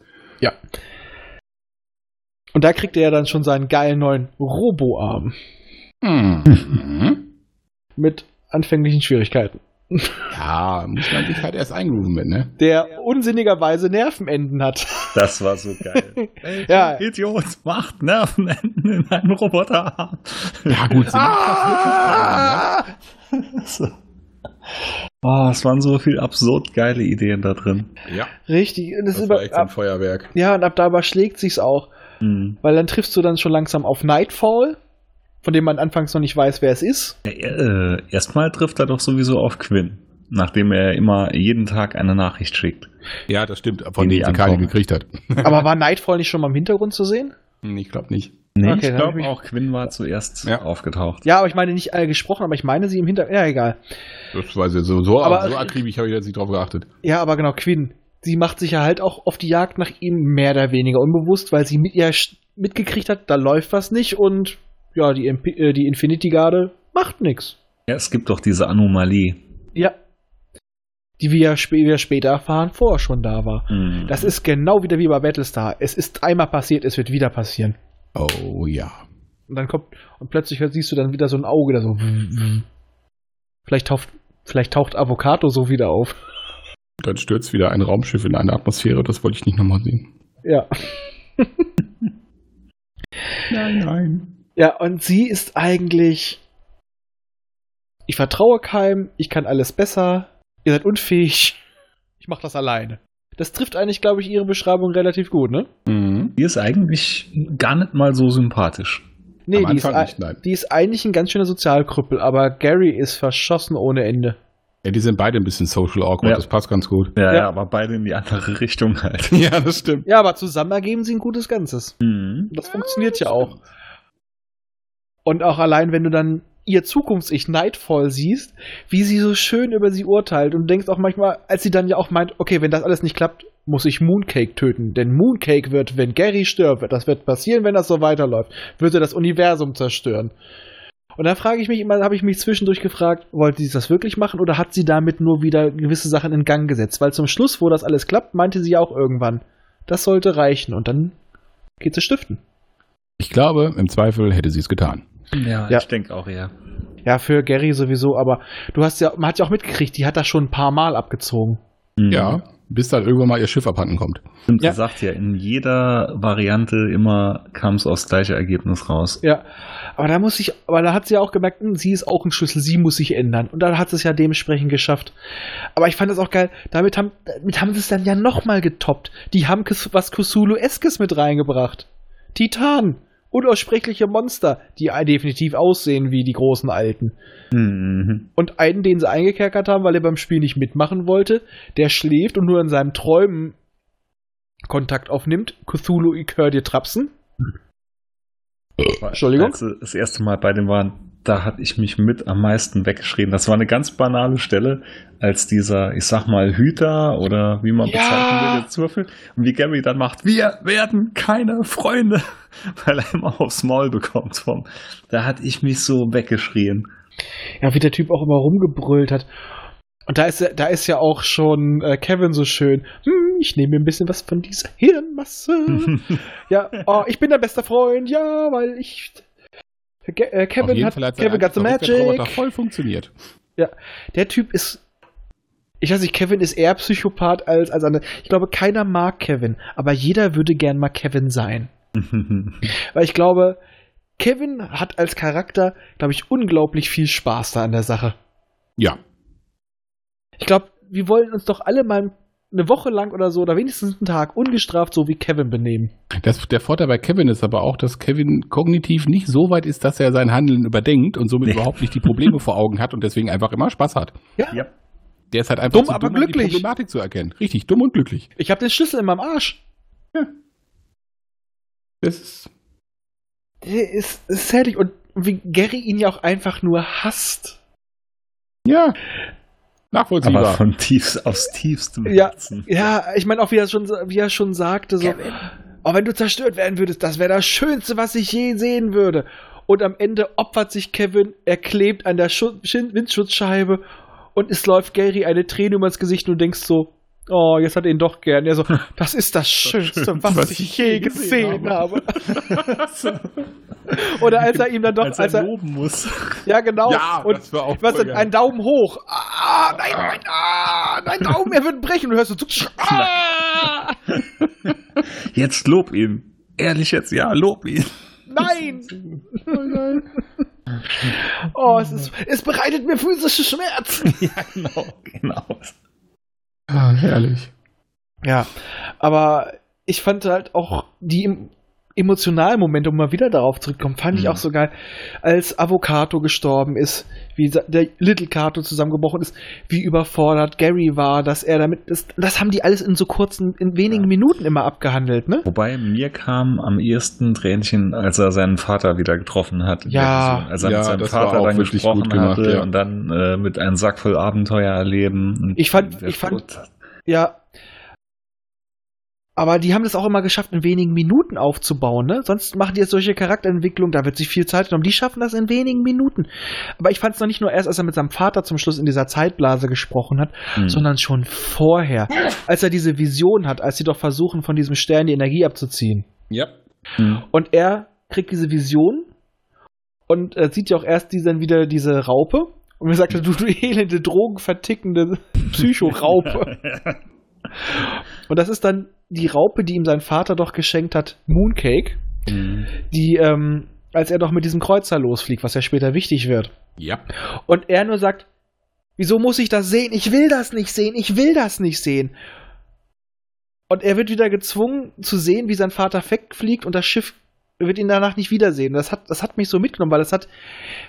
Und da kriegt er ja dann schon seinen geilen neuen Robo-Arm.
Mhm.
Mit anfänglichen Schwierigkeiten.
Ja, muss man sich halt erst eingrooven mit, ne?
der unsinnigerweise Nervenenden hat.
Das war so geil. Ey,
Ja.
Idiot, macht Nervenenden in einem Roboterarm.
Ja, gut. Sie
So. Oh, es waren so viel absurd geile Ideen da drin.
Ja,
Richtig. Und das
das
ist
war
über,
echt so ein
ab,
Feuerwerk.
ja, und ab da überschlägt sich's auch.
Mhm.
Weil dann triffst du dann schon langsam auf Nightfall, von dem man anfangs noch nicht weiß, wer es ist.
Äh, äh, erstmal trifft er doch sowieso auf Quinn, nachdem er immer jeden Tag eine Nachricht schickt.
Ja, das stimmt, von
Die
dem sie keine
Antwort.
gekriegt hat.
Aber war Nightfall nicht schon mal im Hintergrund zu sehen?
Hm, Ich glaube nicht.
Nee,
Okay,
ich
dann hab
glaube
ich-
auch, Quinn war zuerst
Ja.
aufgetaucht.
Ja, aber ich meine nicht äh, gesprochen, aber ich meine sie im Hintergrund. Ja, egal.
Das weiß ich so, so,
Aber-
so akribisch habe ich jetzt nicht drauf geachtet.
Ja, aber genau, Quinn. Sie macht sich ja halt auch auf die Jagd nach ihm mehr oder weniger unbewusst, weil sie mit ihr sch- mitgekriegt hat, da läuft was nicht und ja, die, MP äh, die Infinity Garde macht nix.
Ja, es gibt doch diese Anomalie.
Ja. Die wir ja spä wir später erfahren, vorher schon da war.
Mhm.
Das ist genau wieder wie bei Battlestar. Es ist einmal passiert, es wird wieder passieren.
Oh ja.
Und dann kommt, und plötzlich hör- siehst du dann wieder so ein Auge, da so. Vielleicht taucht, vielleicht taucht Avocado so wieder auf.
Dann stürzt wieder ein Raumschiff in eine Atmosphäre, das wollte ich nicht nochmal sehen.
Ja.
Nein, nein.
Ja, und sie ist eigentlich. Ich vertraue keinem, ich kann alles besser, ihr seid unfähig, ich mach das alleine. Das trifft eigentlich, glaube ich, ihre Beschreibung relativ gut, ne?
Mhm.
Die ist eigentlich gar nicht mal so sympathisch.
Nee,
Am
die ist,
Anfang
ei-
nicht, nein.
die ist eigentlich ein ganz schöner Sozialkrüppel, aber Gary ist verschossen ohne Ende.
Ja, die sind beide ein bisschen social awkward,
Ja.
das passt ganz gut.
Ja,
Ja.
ja, aber beide in die andere Richtung halt.
Ja, das stimmt.
Ja, aber zusammen ergeben sie ein gutes Ganzes.
Mhm.
Das
Ah,
funktioniert ja auch. Und auch allein, wenn du dann ihr Zukunfts-Ich Nightfall siehst, wie sie so schön über sie urteilt und du denkst auch manchmal, als sie dann ja auch meint, okay, wenn das alles nicht klappt, muss ich Mooncake töten. Denn Mooncake wird, wenn Gary stirbt, das wird passieren, wenn das so weiterläuft, wird er das Universum zerstören. Und da frage ich mich immer, habe ich mich zwischendurch gefragt, wollte sie das wirklich machen oder hat sie damit nur wieder gewisse Sachen in Gang gesetzt? Weil zum Schluss, wo das alles klappt, meinte sie ja auch irgendwann, das sollte reichen und dann geht sie stiften.
Ich glaube, im Zweifel hätte sie es getan.
Ja,
Ja.
ich denke auch eher.
Ja, für Gary sowieso, aber du hast ja, man hat ja auch mitgekriegt, die hat das schon ein paar Mal abgezogen.
Mhm.
Ja, bis dann irgendwann mal ihr Schiff abhanden kommt.
Stimmt,
Ja.
sie sagt ja, in jeder Variante immer kam es aufs gleiche Ergebnis raus.
Ja. Aber da muss ich, aber da hat sie ja auch gemerkt, hm, sie ist auch ein Schlüssel, sie muss sich ändern. Und dann hat sie es ja dementsprechend geschafft. Aber ich fand das auch geil, damit haben, damit haben sie es dann ja nochmal getoppt. Die haben Kus- was Cthulhu-eskes mit reingebracht. Titan. Unaussprechliche Monster, die äh, definitiv aussehen wie die großen Alten.
Mhm.
Und einen, den sie eingekerkert haben, weil er beim Spiel nicht mitmachen wollte, der schläft und nur in seinen Träumen Kontakt aufnimmt. Cthulhu, ich hör dir trapsen. Entschuldigung?
Äh, Als sie das erste Mal bei dem waren, da hatte ich mich mit am meisten weggeschrien. Das war eine ganz banale Stelle, als dieser, ich sag mal, Hüter oder wie man
Ja.
bezeichnen will, der Zwürfel. Und wie Gary dann macht, wir werden keine Freunde, weil er immer aufs Maul bekommt vom. Da hatte ich mich so weggeschrien.
Ja, wie der Typ auch immer rumgebrüllt hat. Und da ist, ja- da ist ja auch schon äh, Kevin so schön. Hm, ich nehme mir ein bisschen was von dieser Hirnmasse. ja, oh, ich bin dein bester Freund, ja, weil ich. Ge äh, Kevin hat
der
Kevin got the
Roboter
magic.
voll funktioniert.
Der Typ ist. Ich weiß nicht, Kevin ist eher Psychopath als, als andere. Ich glaube, keiner mag Kevin, aber jeder würde gern mal Kevin sein. Weil ich glaube, Kevin hat als Charakter, glaube ich, unglaublich viel Spaß da an der Sache.
Ja,
Ich glaube, wir wollen uns doch alle mal eine Woche lang oder so oder wenigstens einen Tag ungestraft so wie Kevin benehmen.
Das, der Vorteil bei Kevin ist aber auch, dass Kevin kognitiv nicht so weit ist, dass er sein Handeln überdenkt und somit
Nee.
überhaupt nicht die Probleme vor Augen hat und deswegen einfach immer Spaß hat.
ja.
Der ist halt einfach
Dumm, aber
um
glücklich.
die Problematik zu erkennen. Richtig, dumm und glücklich.
Ich habe den Schlüssel in meinem Arsch.
Das ist,
Der ist, ist fertig. Und wie Gary ihn ja auch einfach nur hasst.
ja,
Aber
nachvollziehbar.
von tiefst, aus tiefstem
Ja.
Herzen.
Ja, ich meine auch, wie er schon, wie er schon sagte, so, oh, wenn du zerstört werden würdest, das wäre das Schönste, was ich je sehen würde. Und am Ende opfert sich Kevin, er klebt an der Schu Schin- Windschutzscheibe und es läuft Gary eine Träne übers Gesicht und du denkst so, oh, jetzt hat er ihn doch gern. Er so, das ist das Schönste, was,
was
ich je gesehen habe. Oder als er ihm dann doch, als er,
loben muss.
ja genau,
Ja,
und
das war auch
was
voll
denn,
geil.
ein Daumen hoch. Ah, nein, nein, ah, dein Daumen, er wird brechen. Du hörst so, zuck, ah,
Jetzt lob ihn. Ehrlich jetzt, ja, lob ihn.
nein. Oh, es, ist, es bereitet mir physische Schmerzen.
Genau, genau.
Ah, herrlich.
Ja, aber ich fand halt auch die em- emotionalen Momente, um mal wieder darauf zurückzukommen, fand
Mhm.
ich auch so geil, als Avocado gestorben ist, wie sa- der Little Cato zusammengebrochen ist, wie überfordert Gary war, dass er damit, das, das haben die alles in so kurzen, in wenigen Minuten immer abgehandelt, ne?
Wobei mir kam am ehesten Tränchen, als er seinen Vater wieder getroffen hat. in der
Ja.
Vision. als er
Ja,
mit seinem
das war
Vater
auch
dann
wirklich
gesprochen
gut gemacht,
hatte
ja.
und dann äh, mit einem Sack voll Abenteuer erleben. Und
Ich fand-
der
ich fand-
Tod-
Ja. Aber die haben das auch immer geschafft, in wenigen Minuten aufzubauen, ne? Sonst machen die jetzt solche Charakterentwicklungen, da wird sich viel Zeit genommen. Die schaffen das in wenigen Minuten. Aber ich fand es noch nicht nur erst, als er mit seinem Vater zum Schluss in dieser Zeitblase gesprochen hat,
Hm.
sondern schon vorher, als er diese Vision hat, als sie doch versuchen, von diesem Stern die Energie abzuziehen.
Ja.
Hm.
Und er kriegt diese Vision und äh, sieht ja auch erst die, dann wieder diese Raupe. Und mir sagt er, du, du elende, drogenvertickende Psychoraupe. und das ist dann die Raupe, die ihm sein Vater doch geschenkt hat, Mooncake,
Hm.
die, ähm, als er doch mit diesem Kreuzer losfliegt, was ja später wichtig wird.
Ja.
Und er nur sagt, wieso muss ich das sehen? Ich will das nicht sehen, ich will das nicht sehen. Und er wird wieder gezwungen zu sehen, wie sein Vater wegfliegt und das Schiff wird ihn danach nicht wiedersehen. Das hat, das hat mich so mitgenommen, weil das hat,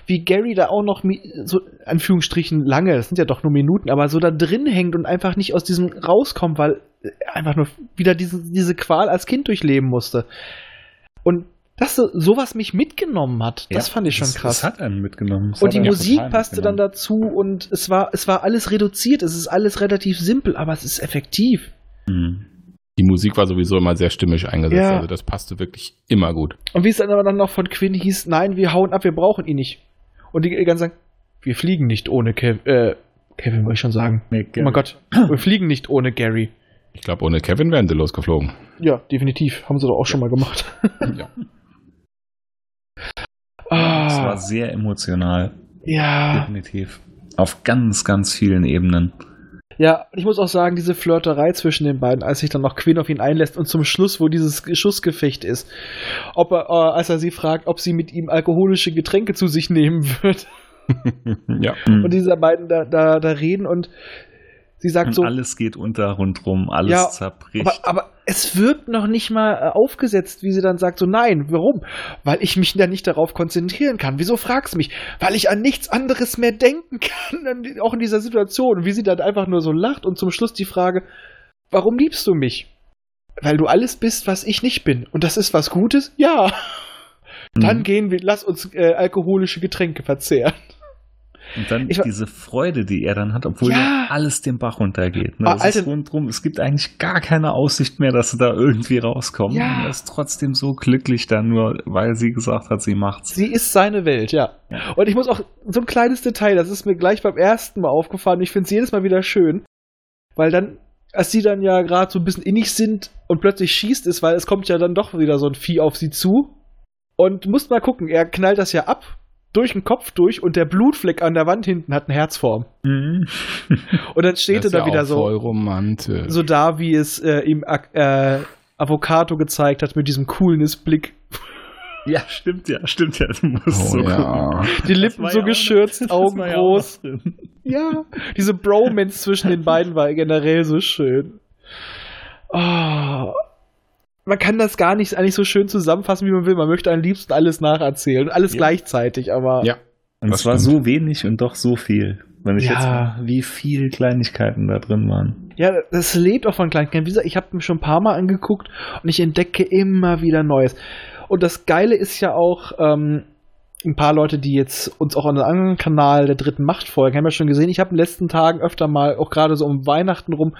wie Gary da auch noch, mi- so, Anführungsstrichen, lange, das sind ja doch nur Minuten, aber so da drin hängt und einfach nicht aus diesem rauskommt, weil er einfach nur wieder diese, diese Qual als Kind durchleben musste. Und dass so, sowas mich mitgenommen hat, das
Ja,
fand ich schon
es-
krass.
Es hat einen mitgenommen. Es
Und
hat
die
einen
Musik
total
passte dann
mitgenommen.
dazu und es war, es war alles reduziert, es ist alles relativ simpel, aber es ist effektiv.
Hm.
Die Musik war sowieso immer sehr stimmig eingesetzt,
Ja.
also das passte wirklich immer gut.
Und wie es dann aber dann noch von Quinn hieß, nein, wir hauen ab, wir brauchen ihn nicht. Und die ganzen sagen, wir fliegen nicht ohne Kevin, äh, Kevin wollte ich schon sagen.
Nee,
Oh mein Gott, wir fliegen nicht ohne Gary.
Ich glaube, ohne Kevin wären sie losgeflogen.
Ja, definitiv, haben sie doch auch schon mal gemacht.
Ja.
Es war
Ah,
sehr emotional,
ja,
definitiv. Auf ganz, ganz vielen Ebenen.
ja, ich muss auch sagen, diese Flirterei zwischen den beiden, als sich dann noch Quinn auf ihn einlässt und zum Schluss, wo dieses Schussgefecht ist, ob er, äh, als er sie fragt, ob sie mit ihm alkoholische Getränke zu sich nehmen wird.
Ja.
Hm.
Und diese beiden da, da, da reden und sie sagt
Und
so,
alles geht unter, rundrum, alles
Ja,
zerbricht.
aber, aber es wirkt noch nicht mal äh, aufgesetzt, wie sie dann sagt, so nein, warum? Weil ich mich dann nicht darauf konzentrieren kann. Wieso fragst du mich? Weil ich an nichts anderes mehr denken kann, an die- auch in dieser Situation. Und wie sie dann einfach nur so lacht und zum Schluss die Frage, warum liebst du mich? Weil du alles bist, was ich nicht bin. Und das ist was Gutes? Ja. Dann gehen wir, lass uns äh, alkoholische Getränke verzehren.
Und dann
Ich wa-
diese Freude, die er dann hat, obwohl
Ja.
ja, alles den Bach runtergeht. Ne?
Ah,
Das ist
Alter.
rundrum, es gibt eigentlich gar keine Aussicht mehr, dass sie da irgendwie rauskommen.
Ja.
Und er ist trotzdem so glücklich dann nur, weil sie gesagt hat, sie macht's.
Sie ist seine Welt, ja.
Ja.
Und ich muss auch, so ein kleines Detail, das ist mir gleich beim ersten Mal aufgefallen. Ich finde es jedes Mal wieder schön, weil dann, als sie dann ja gerade so ein bisschen innig sind und plötzlich schießt es, weil es kommt ja dann doch wieder so ein Vieh auf sie zu. Und du musst mal gucken, er knallt das ja ab, durch den Kopf durch und der Blutfleck an der Wand hinten hat eine Herzform.
Mhm.
Und dann steht
Das
er
ist
da
ja
wieder
auch
so,
Voll romantisch.
so da, wie es äh, ihm Ak- äh, Avocado gezeigt hat, mit diesem Coolness-Blick.
Ja, stimmt ja, stimmt ja. Du musst
oh,
so gucken.
ja.
Die
Das
Lippen
war
so
ja auch-
geschürzt,
das
Augen
war ja auch
groß.
drin.
Ja, diese Bromance zwischen den beiden war generell so schön. Oh, man kann das gar nicht eigentlich so schön zusammenfassen, wie man will. Man möchte am liebsten alles nacherzählen, alles
Ja.
gleichzeitig, aber
Ja.
Und
Das
es war so
stimmt.
wenig und doch so viel. Wenn ich
Ja.
jetzt mal, wie viel Kleinigkeiten da drin waren.
ja, das lebt auch von Kleinkindern. Wie gesagt, ich habe mir schon ein paar Mal angeguckt und ich entdecke immer wieder Neues. Und das Geile ist ja auch, ähm, ein paar Leute, die jetzt uns auch an einem anderen Kanal der dritten Macht folgen, haben ja schon gesehen, ich habe in den letzten Tagen öfter mal, auch gerade so um Weihnachten rum,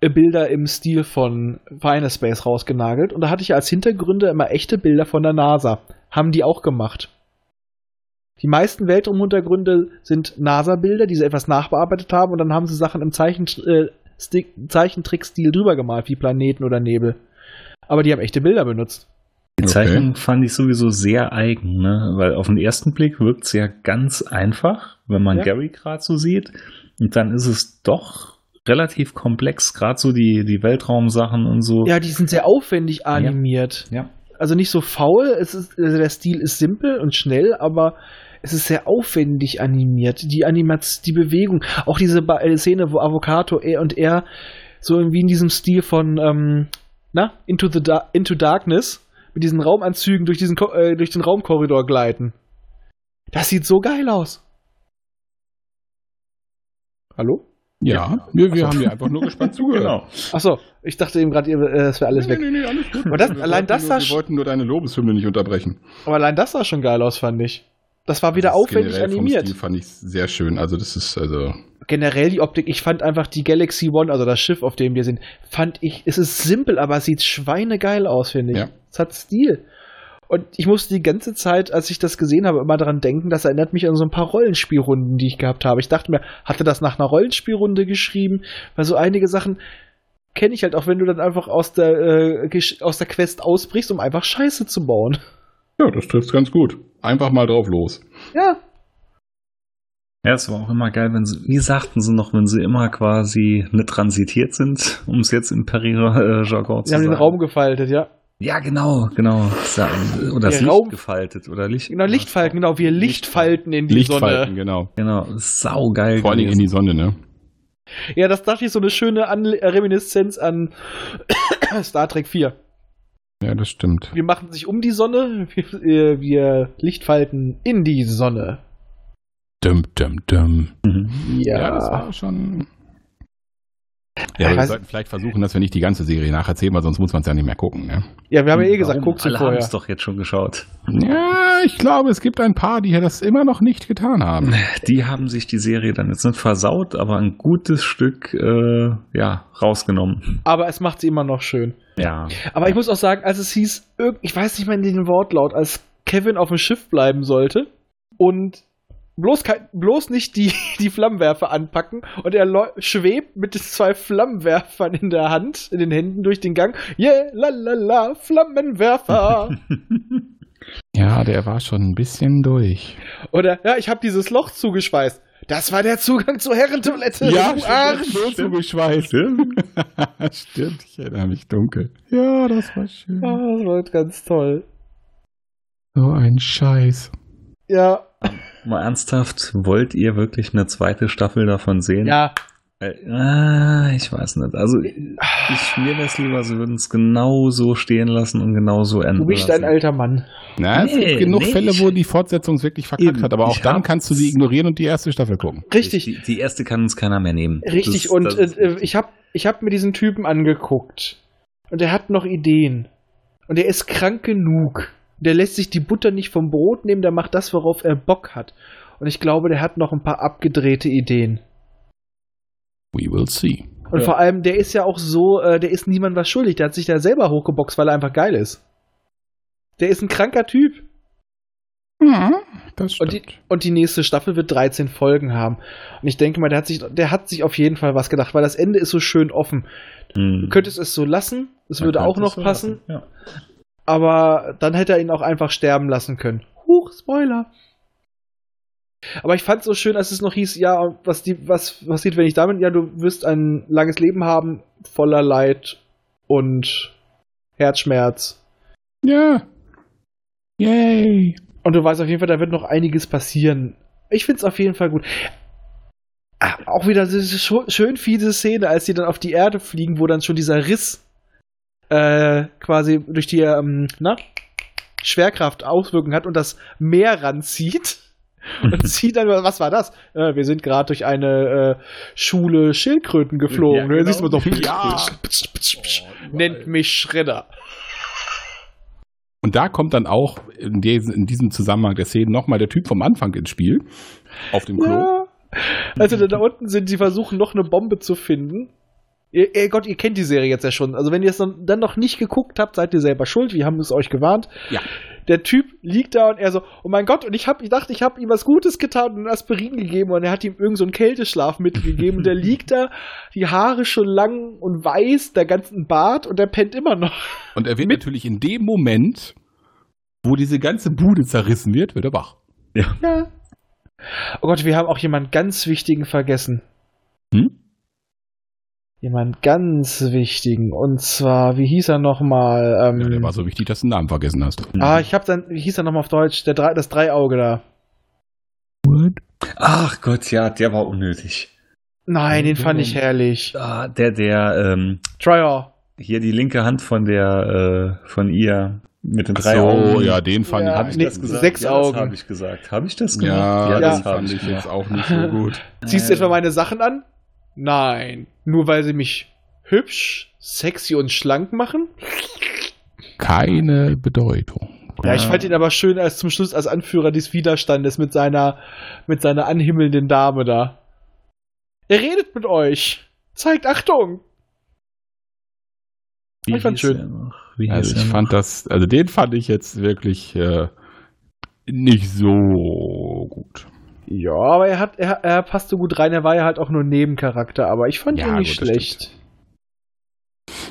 äh, Bilder im Stil von Final Space rausgenagelt. Und da hatte ich ja als Hintergründe immer echte Bilder von der NASA. Haben die auch gemacht. Die meisten Weltraumhintergründe sind NASA-Bilder, die sie etwas nachbearbeitet haben und dann haben sie Sachen im Zeichen äh, Stick- Zeichentrickstil drüber gemalt, wie Planeten oder Nebel. Aber die haben echte Bilder benutzt.
Die
Okay.
Zeichnung fand ich sowieso sehr eigen, ne? weil auf den ersten Blick wirkt es ja ganz einfach, wenn man
Ja.
Gary gerade so sieht. Und dann ist es doch relativ komplex, gerade so die, die Weltraumsachen und so.
Ja, die sind sehr aufwendig animiert.
ja.
also nicht so faul. Es ist, also der Stil ist simpel und schnell, aber es ist sehr aufwendig animiert. Die Animation, die Bewegung, auch diese Ba- äh, Szene, wo Avocado er und er so irgendwie in diesem Stil von ähm, na Into the da Into Darkness mit diesen Raumanzügen durch diesen Ko äh, durch den Raumkorridor gleiten. Das sieht so geil aus. Hallo?
Ja, wir, wir haben dir einfach nur gespannt zugehört.
Genau.
Achso, ich dachte eben gerade, ihr, äh, es wäre alles
Nee,
weg.
nee, nee, alles gut.
Aber das-
Wir
allein
wollten
das
nur,
sah
Wir
sch-
wollten nur deine Lobeshymne nicht unterbrechen.
Aber allein das sah schon geil aus, fand ich. Das war wieder
Das
aufwendig
generell vom
animiert.
Stil fand ich sehr schön. Also das ist also
generell die Optik, ich fand einfach die Galaxy One, also das Schiff, auf dem wir sind, fand ich, es ist simpel, aber es sieht schweinegeil aus, finde ich.
Ja.
Es hat Stil. Und ich musste die ganze Zeit, als ich das gesehen habe, immer daran denken, das erinnert mich an so ein paar Rollenspielrunden, die ich gehabt habe. Ich dachte mir, hatte das nach einer Rollenspielrunde geschrieben? Weil so einige Sachen kenne ich halt, auch wenn du dann einfach aus der, äh, Gesch- aus der Quest ausbrichst, um einfach Scheiße zu bauen.
ja, das trifft ganz gut. Einfach mal drauf los.
Ja,
Ja, es war auch immer geil, wenn sie, wie sagten sie noch, wenn sie immer quasi nicht transitiert sind, um es jetzt im Peri-Jargon zu
sie haben
sagen.
den Raum gefaltet, ja.
ja, genau, genau. Sa- Oder das
Der
Licht
Raum-
gefaltet oder Licht.
Genau, Lichtfalken, genau, wir Lichtfalten in die Sonne.
Lichtfalten, genau.
Genau, saugeil.
Vor allen Dingen in
gewesen.
die Sonne, ne?
Ja, das dachte ich so eine schöne Anle Reminiszenz an Star Trek 4.
Ja, das stimmt.
Wir machen sich um die Sonne, wir, äh, wir Lichtfalten in die Sonne.
Dum, dum, dum.
Mhm.
Ja,
Ja,
das war schon. Ja,
Ich
aber wir
weiß-
sollten vielleicht versuchen, dass wir nicht die ganze Serie nacherzählen, weil sonst muss man es ja nicht mehr gucken. Ne?
ja wir haben ja eh gesagt,
Hm, Warum?
guck sie
Alle haben
vorher.
es doch jetzt schon geschaut.
Ja, ich glaube, es gibt ein paar, die ja das immer noch nicht getan haben.
Die haben sich die Serie dann jetzt nicht versaut, aber ein gutes Stück äh, ja, rausgenommen.
Aber es macht sie immer noch schön.
Ja.
Aber ich muss auch sagen, als es hieß, irg- ich weiß nicht mehr den Wortlaut, als Kevin auf dem Schiff bleiben sollte und bloß, kein, bloß nicht die, die Flammenwerfer anpacken und er läu- schwebt mit den zwei Flammenwerfern in der Hand, in den Händen durch den Gang. Yeah, la la la, Flammenwerfer.
Ja, der war schon ein bisschen durch.
Oder, ja, ich habe dieses Loch zugeschweißt. Das war der Zugang zur Herrentoilette. du Arsch.
zugeschweißt. stimmt, ich erinnere mich dunkel. Ja, das war schön.
Ah, das war ganz toll.
So ein Scheiß.
Ja,
Mal ernsthaft, wollt ihr wirklich eine zweite Staffel davon sehen?
ja.
Äh, ah, ich weiß nicht. Also ich mir das lieber, sie würden es genau so stehen lassen und genau so enden.
Du bist ein
lassen.
alter Mann.
Na, es
Nee,
gibt genug
nee,
Fälle,
ich-
wo die Fortsetzung es wirklich verkackt
Eben,
hat, aber auch
ich
dann
hab's-
kannst du sie ignorieren und die erste Staffel gucken.
Richtig.
Die, die erste kann uns keiner mehr nehmen.
Richtig,
Das-
und
das ist
äh,
richtig.
ich habe ich hab mir diesen Typen angeguckt. Und er hat noch Ideen. Und er ist krank genug. Der lässt sich die Butter nicht vom Brot nehmen, der macht das, worauf er Bock hat. Und ich glaube, der hat noch ein paar abgedrehte Ideen.
We will see.
Und vor allem, der ist ja auch so, äh, der ist niemand was schuldig. Der hat sich da selber hochgeboxt, weil er einfach geil ist. Der ist ein kranker Typ.
Ja, das
Und
stimmt.
die, und die nächste Staffel wird 13 Folgen haben. Und ich denke mal, der hat sich, der hat sich auf jeden Fall was gedacht, weil das Ende ist so schön offen. Du
Hm.
könntest es so lassen, es
Man
würde
könnte
auch noch
es so
passen,
lassen, Ja.
aber dann hätte er ihn auch einfach sterben lassen können. Huch, Spoiler. Aber ich fand es so schön, als es noch hieß, ja, was, die, was passiert, wenn ich damit, ja, du wirst ein langes Leben haben, voller Leid und Herzschmerz.
Ja. Yay.
Und du weißt auf jeden Fall, da wird noch einiges passieren. Ich find's auf jeden Fall gut. Ah, Auch wieder so- so scho- schön fiese Szene, als die dann auf die Erde fliegen, wo dann schon dieser Riss äh, quasi durch die ähm, na, Schwerkraft Auswirkungen hat und das Meer ranzieht. Und sie dann, was war das? Äh, wir sind gerade durch eine äh, Schule Schildkröten geflogen.
Ja,
Und dann
genau.
siehst du mal so,
Ja.
psch, psch, psch, nennt mich Schredder.
Und da kommt dann auch in, des- in diesem Zusammenhang der Szene nochmal der Typ vom Anfang ins Spiel. Auf dem Klo.
Ja. Als sie dann da unten sind, sie versuchen noch eine Bombe zu finden. Ihr, ihr Gott, ihr kennt die Serie jetzt ja schon. Also wenn ihr es dann, dann noch nicht geguckt habt, seid ihr selber schuld. Wir haben es euch gewarnt.
Ja.
Der Typ liegt da und er so, oh mein Gott, und ich, hab, ich dachte, ich habe ihm was Gutes getan und Aspirin gegeben und er hat ihm irgend so ein Kälteschlafmittel gegeben. Und der liegt da, die Haare schon lang und weiß, der ganzen Bart und der pennt immer noch.
Und er wird natürlich in dem Moment, wo diese ganze Bude zerrissen wird, wird er wach.
Ja. Oh Gott, wir haben auch jemanden ganz wichtigen vergessen.
Hm?
Jemand ganz wichtigen. Und zwar, wie hieß er nochmal?
Ja, der
Ähm,
war so wichtig, dass du den Namen vergessen hast.
ah, ich hab dann, wie hieß er nochmal auf Deutsch? Der Drei, das Dreiauge da.
Ach Gott, ja, der war unnötig.
Nein, den fand ich herrlich.
Ah, der, der, ähm,
Trier.
hier die linke Hand von der, äh, von ihr mit den
Ach
drei Augen.
ja, den fand
Ja,
Hab
ich
ich
nee,
das gesagt?
sechs
ja,
Augen.
Das habe ich gesagt. Habe ich das gemacht?
Ja,
Ja.
das fand ich jetzt auch nicht so gut.
Ziehst du etwa meine Sachen an? Nein. Nur weil sie mich hübsch, sexy und schlank machen?
Keine Bedeutung.
Ja, ich fand ihn aber schön als zum Schluss als Anführer des Widerstandes mit seiner, mit seiner anhimmelnden Dame da. Er redet mit euch. Zeigt Achtung.
Wie
Ich fand's
hieß
schön.
er noch? Wie
Also
hieß
ich
er
fand
noch?
das, also den fand ich jetzt wirklich äh, nicht so gut.
Ja, aber er hat, er, er passt so gut rein. Er war ja halt auch nur ein Nebencharakter, aber ich fand
Ja,
ihn nicht
gut, das
schlecht.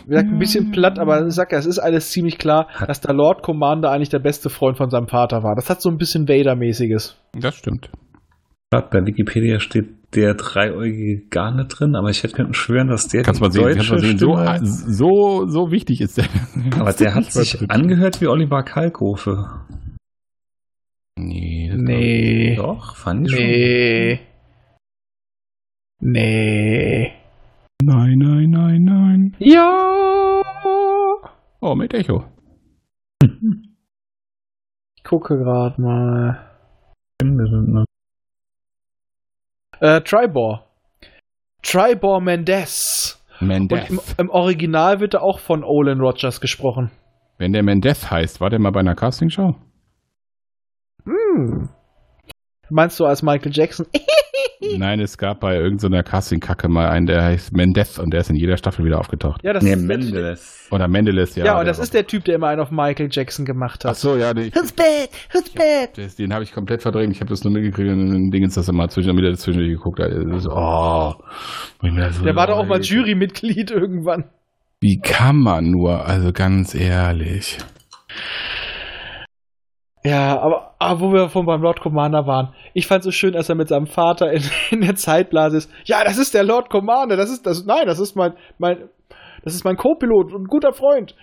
Wie gesagt, ein bisschen platt, aber ich sag ja, es ist alles ziemlich klar, dass der Lord Commander eigentlich der beste Freund von seinem Vater war. Das hat so ein bisschen Vader-mäßiges.
Das stimmt.
Also Grad Bei Wikipedia steht der Dreieugige gar nicht drin, aber ich hätte können schwören, dass der
Kannst
die
man sehen, kannst
deutsche
man sehen so,
Stimme,
so, so wichtig ist der.
Aber der hat
Ich weiß
sich
nicht.
angehört wie Oliver Kalkofe.
Nee, das
Nee.
Doch, fand ich
Nee. Nee.
Nein, nein, nein, nein.
Ja.
Oh, mit Echo.
Ich gucke gerade mal.
schon.
Äh, Tribor. Tribor Mendez. Und im,
Mendez.
im Original wird er auch von Olin Rogers gesprochen.
Wenn der Mendez heißt, war der mal bei einer Castingshow?
Hm. Meinst du als Michael Jackson? Hm.
Nein, es gab bei irgendeiner Casting-Kacke mal einen, der heißt Mendez und der ist in jeder Staffel wieder aufgetaucht.
Ja, das
Nee,
ist der Typ-
Mendeles.
Oder Mendeles, ja.
Ja, und das ist der Typ, der immer einen auf Michael Jackson gemacht
Ach
hat.
so, ja, nee,
Who's bad? Who's bad?
Das, den habe ich komplett verdrängt. Ich habe das nur mitgekriegt und den Dingens, dass er mal zwischen, wieder zwischendurch geguckt hat. Das ist, oh, Wenn mir das so
Der war doch auch mal
leid.
Jurymitglied irgendwann.
Wie kann man nur? Also ganz ehrlich.
Ja, aber, aber wo wir von beim Lord Commander waren, ich fand es so schön, als er mit seinem Vater in, in der Zeitblase ist. Ja, das ist der Lord Commander, das ist das. Nein, das ist mein, mein, das ist mein Co-Pilot und guter Freund.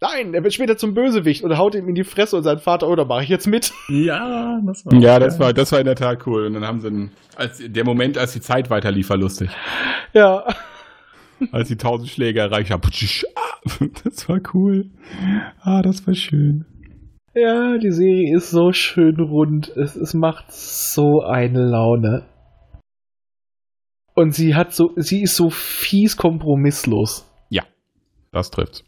Nein, er wird später zum Bösewicht und haut ihm in die Fresse und sein Vater, oder mache ich jetzt mit?
Ja, das war.
Ja, das war, das war in der Tat cool. Und dann haben sie einen, als, der Moment, als die Zeit weiterlief, war lustig.
Ja.
Als die tausend Schläge erreicht haben. Putsch, ah, Das war cool. Ah, das war schön.
Ja, die Serie ist so schön rund. Es, es macht so eine Laune. Und sie hat so, sie ist so fies kompromisslos.
Das trifft's.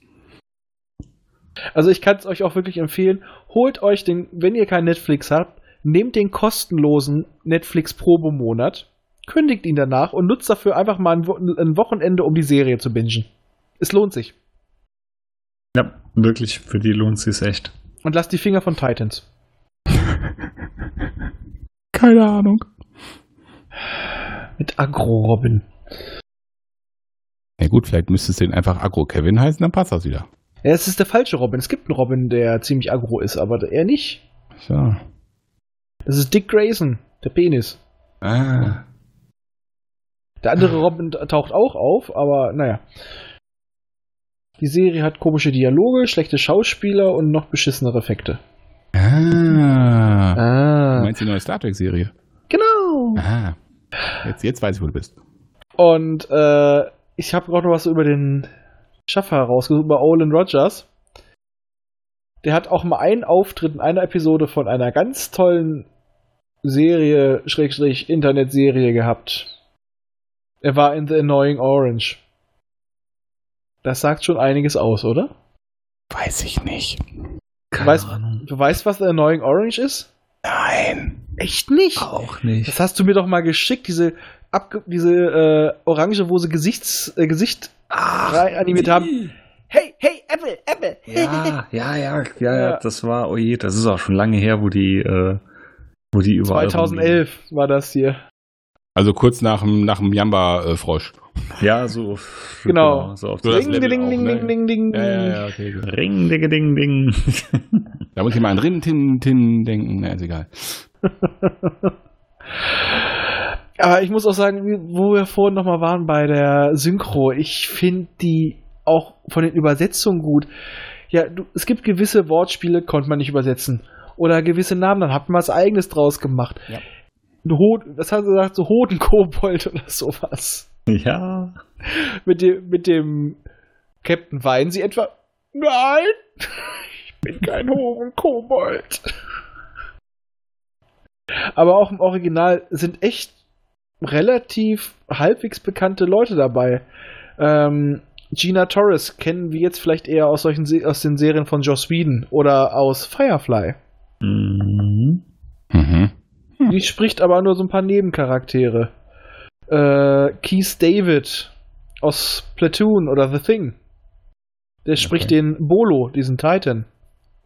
Also ich kann es euch auch wirklich empfehlen. Holt euch den, wenn ihr kein Netflix habt, nehmt den kostenlosen Netflix Probemonat, kündigt ihn danach und nutzt dafür einfach mal ein, Wo ein Wochenende, um die Serie zu bingen. Es lohnt sich.
Ja, wirklich, für die lohnt sich's echt.
Und lasst die Finger von Titans.
Keine Ahnung.
Mit Agro Robin.
Na gut, vielleicht müsste es den einfach Agro-Kevin heißen, dann passt das wieder.
Ja, es ist der falsche Robin. Es gibt einen Robin, der ziemlich agro ist, aber er nicht.
So.
Das ist Dick Grayson, der Penis.
Ah.
Der andere Robin taucht auch auf, aber naja. Die Serie hat komische Dialoge, schlechte Schauspieler und noch beschissenere Effekte.
Ah. Du
Ah,
meinst die neue Star Trek-Serie?
genau.
Ah. Jetzt, jetzt weiß ich, wo du bist.
Und äh, ich habe auch noch was über den Schaffer rausgesucht, über Olin Rogers. Der hat auch mal einen Auftritt in einer Episode von einer ganz tollen Serie, Schrägstrich, Internetserie gehabt. Er war in The Annoying Orange. Das sagt schon einiges aus, oder?
Weiß ich nicht.
Keine
Weiß-
Ahnung.
Du weißt, was The Annoying Orange ist?
Nein.
Echt nicht?
Auch nicht.
Das hast du mir doch mal geschickt, diese, abge diese äh, Orange, wo sie Gesichts äh, Gesicht rein animiert haben. Hey, hey, Apple, Apple,
Hilfe.
Ja, ja, ja, ja, ja, das war, oh je, das ist auch schon lange her, wo die, äh, wo die überall.
2011 war das hier.
Also kurz nach dem, nach dem Jamba-Frosch.
rumliegen. Ja, so.
Genau.
so auf
So
das
das
Ding,
Level.
Level
ding,
auch,
ding,
ne?
ding, ding, ding.
okay. gut.
Ring, digge, ding, ding.
Da muss ich mal an Rin, Tin, Tin denken. Na, ist egal.
Aber Ah, ich muss auch sagen, wie- wo wir vorhin nochmal waren bei der Synchro, ich finde die auch von den Übersetzungen gut. Ja, du, es gibt gewisse Wortspiele, konnte man nicht übersetzen. Oder gewisse Namen, dann hat man was eigenes draus gemacht.
Ja.
Ein Hod, was hat er gesagt? So Hodenkobold oder sowas.
ja.
Mit dem, mit dem Captain weinen sie etwa. Nein! Ich bin kein Hodenkobold. Aber auch im Original sind echt relativ halbwegs bekannte Leute dabei. Ähm, Gina Torres kennen wir jetzt vielleicht eher aus, solchen Se aus den Serien von Joss Whedon oder aus Firefly.
Mhm.
Mhm.
Die spricht aber nur so ein paar Nebencharaktere. Äh, Keith David aus Platoon oder The Thing. Der spricht den Bolo, diesen Titan.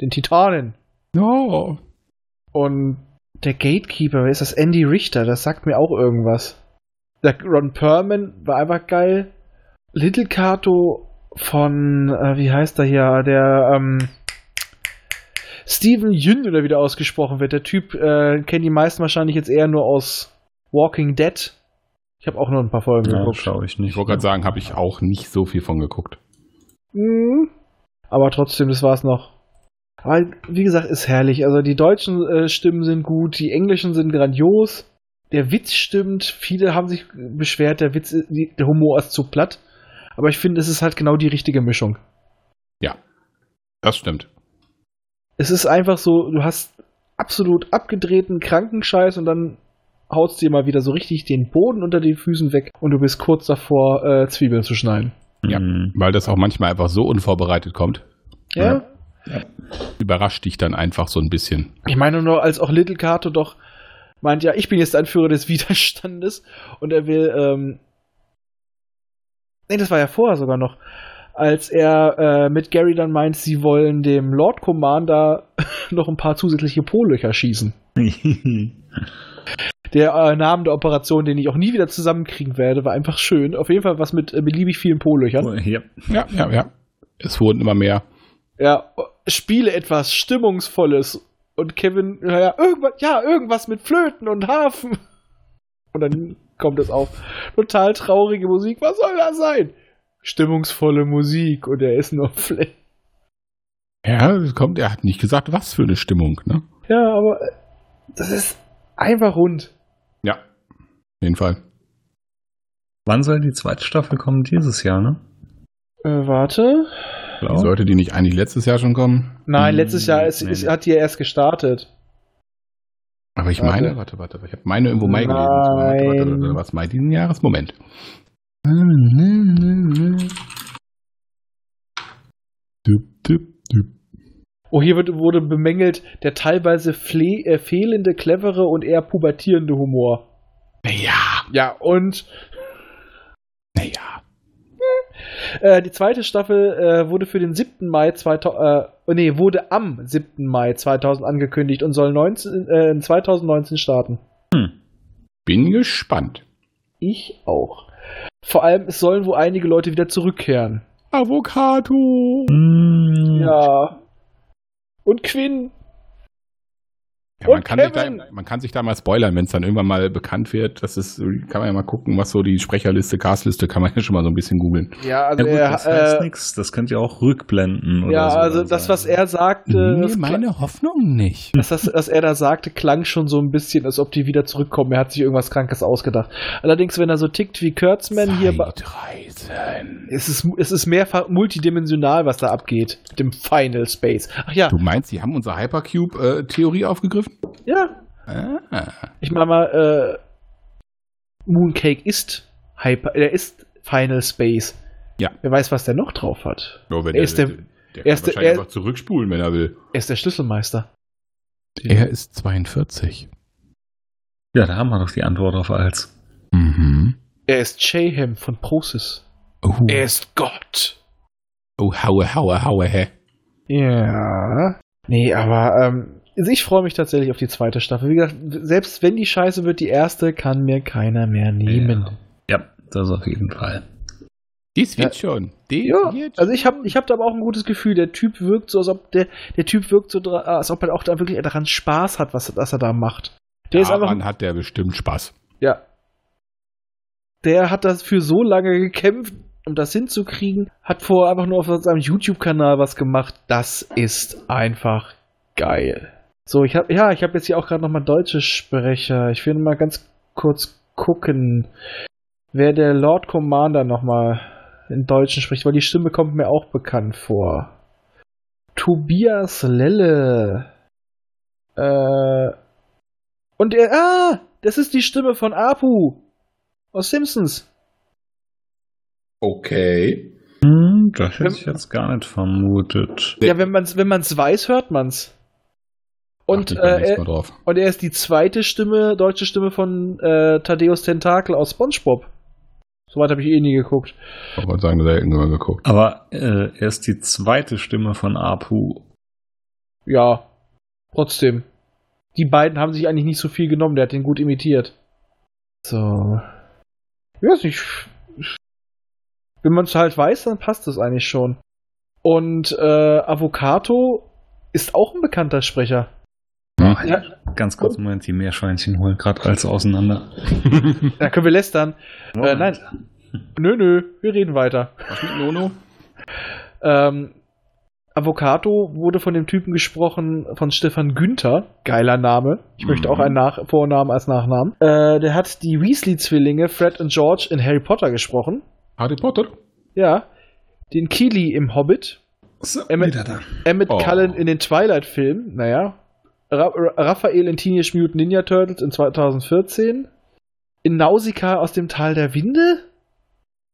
Den Titanen.
No.
Und der Gatekeeper, wer ist das? Andy Richter, das sagt mir auch irgendwas. Der Ron Perman war einfach geil. Little Kato von, äh, wie heißt er hier, der, ähm, Steven Yeun oder wie der ausgesprochen wird. Der Typ äh, kennen die meisten wahrscheinlich jetzt eher nur aus Walking Dead. Ich habe auch nur ein paar Folgen
Ja,
geguckt.
schaue ich nicht.
Ich wollte gerade sagen, habe ich auch nicht so viel von geguckt.
Mhm. Aber trotzdem, das war's noch. Aber wie gesagt, ist herrlich. Also die deutschen äh, Stimmen sind gut, die englischen sind grandios. Der Witz stimmt. Viele haben sich beschwert, der Witz, äh, die- der Humor ist zu platt. Aber ich finde, es ist halt genau die richtige Mischung.
Das stimmt.
Es ist einfach so, du hast absolut abgedrehten Krankenscheiß und dann haust dir mal wieder so richtig den Boden unter den Füßen weg und du bist kurz davor, äh, Zwiebeln zu schneiden.
Ja.
Mhm.
Weil das auch manchmal einfach so unvorbereitet kommt.
Ja?
Überrascht dich dann einfach so ein bisschen.
Ich meine nur, als auch Little Kato doch meint, ja, ich bin jetzt der Anführer des Widerstandes und er will, ähm. Nee, das war ja vorher sogar noch. Als er äh, mit Gary dann meint, sie wollen dem Lord Commander noch ein paar zusätzliche Po-Löcher schießen. Der äh, Name der Operation, den ich auch nie wieder zusammenkriegen werde, war einfach schön. Auf jeden Fall was mit äh, beliebig vielen Po-Löchern.
Oh, ja.
Ja, ja, ja. Es wurden immer mehr.
Ja, spiele etwas Stimmungsvolles. Und Kevin, naja, irgendwas, ja, irgendwas mit Flöten und Hafen. Und dann kommt es auf. Total traurige Musik. Was soll das sein? Stimmungsvolle Musik. Und er ist nur Fleck.
Ja, es kommt, er hat nicht gesagt, was für eine Stimmung, ne?
Ja, aber äh, das ist einfach rund.
Ja. Auf jeden Fall.
Wann soll die zweite Staffel kommen? Dieses Jahr, ne?
Äh, warte.
Die
Klar.
sollte die nicht eigentlich letztes Jahr schon kommen?
Nein,
Hm,
letztes Jahr ist,
nee,
ist,
nee.
hat die ja erst gestartet.
Aber ich
Warte.
meine, warte, warte, ich habe meine irgendwo Mai gelesen.
Nein.
Warte, warte, warte, was Mai diesen Jahres? Moment. Düp, düp, düp.
Oh, hier wird, wurde bemängelt der teilweise fle äh, fehlende, clevere und eher pubertierende Humor.
Naja,
Ja, und
naja.
Äh, die zweite Staffel äh, wurde für den 7. Mai 2000, äh, nee, wurde am 7. Mai 2000 angekündigt und soll 19, äh, 2019 starten.
Bin gespannt.
Ich auch. Vor allem, es sollen wohl einige Leute wieder zurückkehren.
Avocado.
Mhm.
Ja. Und Quinn.
Ja, man,
Und
kann sich da,
Kevin.
man kann sich da mal spoilern, wenn es dann irgendwann mal bekannt wird. Das ist, kann man ja mal gucken, was so die Sprecherliste, Castliste, kann man ja schon mal so ein bisschen googeln.
Ja,
Ja
also
gut, das heißt
er, äh,
nichts. Das könnt ihr auch rückblenden. Oder
ja,
so
also
dann
das,
sein.
was er sagte, das, kla-
Hoffnung nicht.
das, das, was er da sagte, klang schon so ein bisschen, als ob die wieder zurückkommen. Er hat sich irgendwas Krankes ausgedacht. Allerdings, wenn er so tickt wie Kurtzman hier, bei-
Zeitreisen.
Es ist, es ist mehrfach multidimensional, was da abgeht. Mit dem Final Space. Ach ja,
Du meinst, sie haben unsere Hypercube-Theorie aufgegriffen?
ja.
Ah.
Ich meine mal, äh, Mooncake ist Hyper, er ist Final Space.
Ja.
Wer weiß, was der noch drauf hat.
Ja, wenn
Er ist der-
der
er ist der-
kann wahrscheinlich
er-
einfach zurückspulen, wenn er will.
Er ist der Schlüsselmeister.
Er ist 42.
Ja, da haben wir doch die Antwort auf alles.
Mhm.
Er ist Shaham von Prosis.
Oh,
ist Gott.
oh haue, haue, haue, hä.
Ja. Nee, aber ähm, also ich freue mich tatsächlich auf die zweite Staffel. Wie gesagt, selbst wenn die scheiße wird, die erste kann mir keiner mehr nehmen.
Ja, das auf jeden Fall.
Dies wird schon. Dies
Ja,
wird schon.
also ich habe ich hab da aber auch ein gutes Gefühl. Der Typ wirkt so, als ob der, der Typ wirkt so, dra- als ob er auch da wirklich daran Spaß hat, was, was er da macht. Der ist einfach,
Daran hat der bestimmt Spaß.
ja. Der hat das für so lange gekämpft, um das hinzukriegen, hat vorher einfach nur auf seinem YouTube-Kanal was gemacht. Das ist einfach geil. So, ich habe ja, ich habe jetzt hier auch gerade nochmal deutsche Sprecher. Ich will noch mal ganz kurz gucken, wer der Lord Commander nochmal in Deutschen spricht, weil die Stimme kommt mir auch bekannt vor. Tobias Lelle. Äh. Und er. Ah! Das ist die Stimme von Apu aus Simpsons. Äh,
Okay.
Hm, das hätte ich jetzt gar nicht vermutet.
Ja, wenn man es wenn man's weiß, hört man's. Und,
Achte ich beim
äh,
nächsten
er,
Mal drauf.
und er ist die zweite Stimme, deutsche Stimme von äh, Thaddeus Tentakel aus SpongeBob. Soweit habe ich eh nie geguckt.
Ich wollte sagen, da hätten wir mal geguckt.
Aber äh, er ist die zweite Stimme von Apu.
Ja, trotzdem. Die beiden haben sich eigentlich nicht so viel genommen. Der hat den gut imitiert. So. Ich weiß nicht. Wenn man es halt weiß, dann passt das eigentlich schon. Und äh, Avocado ist auch ein bekannter Sprecher. Ja.
Ganz kurz, Moment, die Meerschweinchen holen gerade alles auseinander.
Da können wir lästern. Äh, nein. Nö, nö, wir reden weiter.
Was mit Nono?
Ähm, Avocado wurde von dem Typen gesprochen, von Stefan Günther. Geiler Name. Ich möchte auch einen Nach Vornamen als Nachnamen. Äh, der hat die Weasley-Zwillinge Fred und George in Harry Potter gesprochen.
Harry Potter?
Ja. Den Keely im Hobbit.
So,
Emmett-
wieder da.
Emmett
Oh.
Cullen in den Twilight-Filmen. Naja. Ra Ra- Raphael in Teenage Mutant Ninja Turtles in 2014. In Nausicaa aus dem Tal der Winde.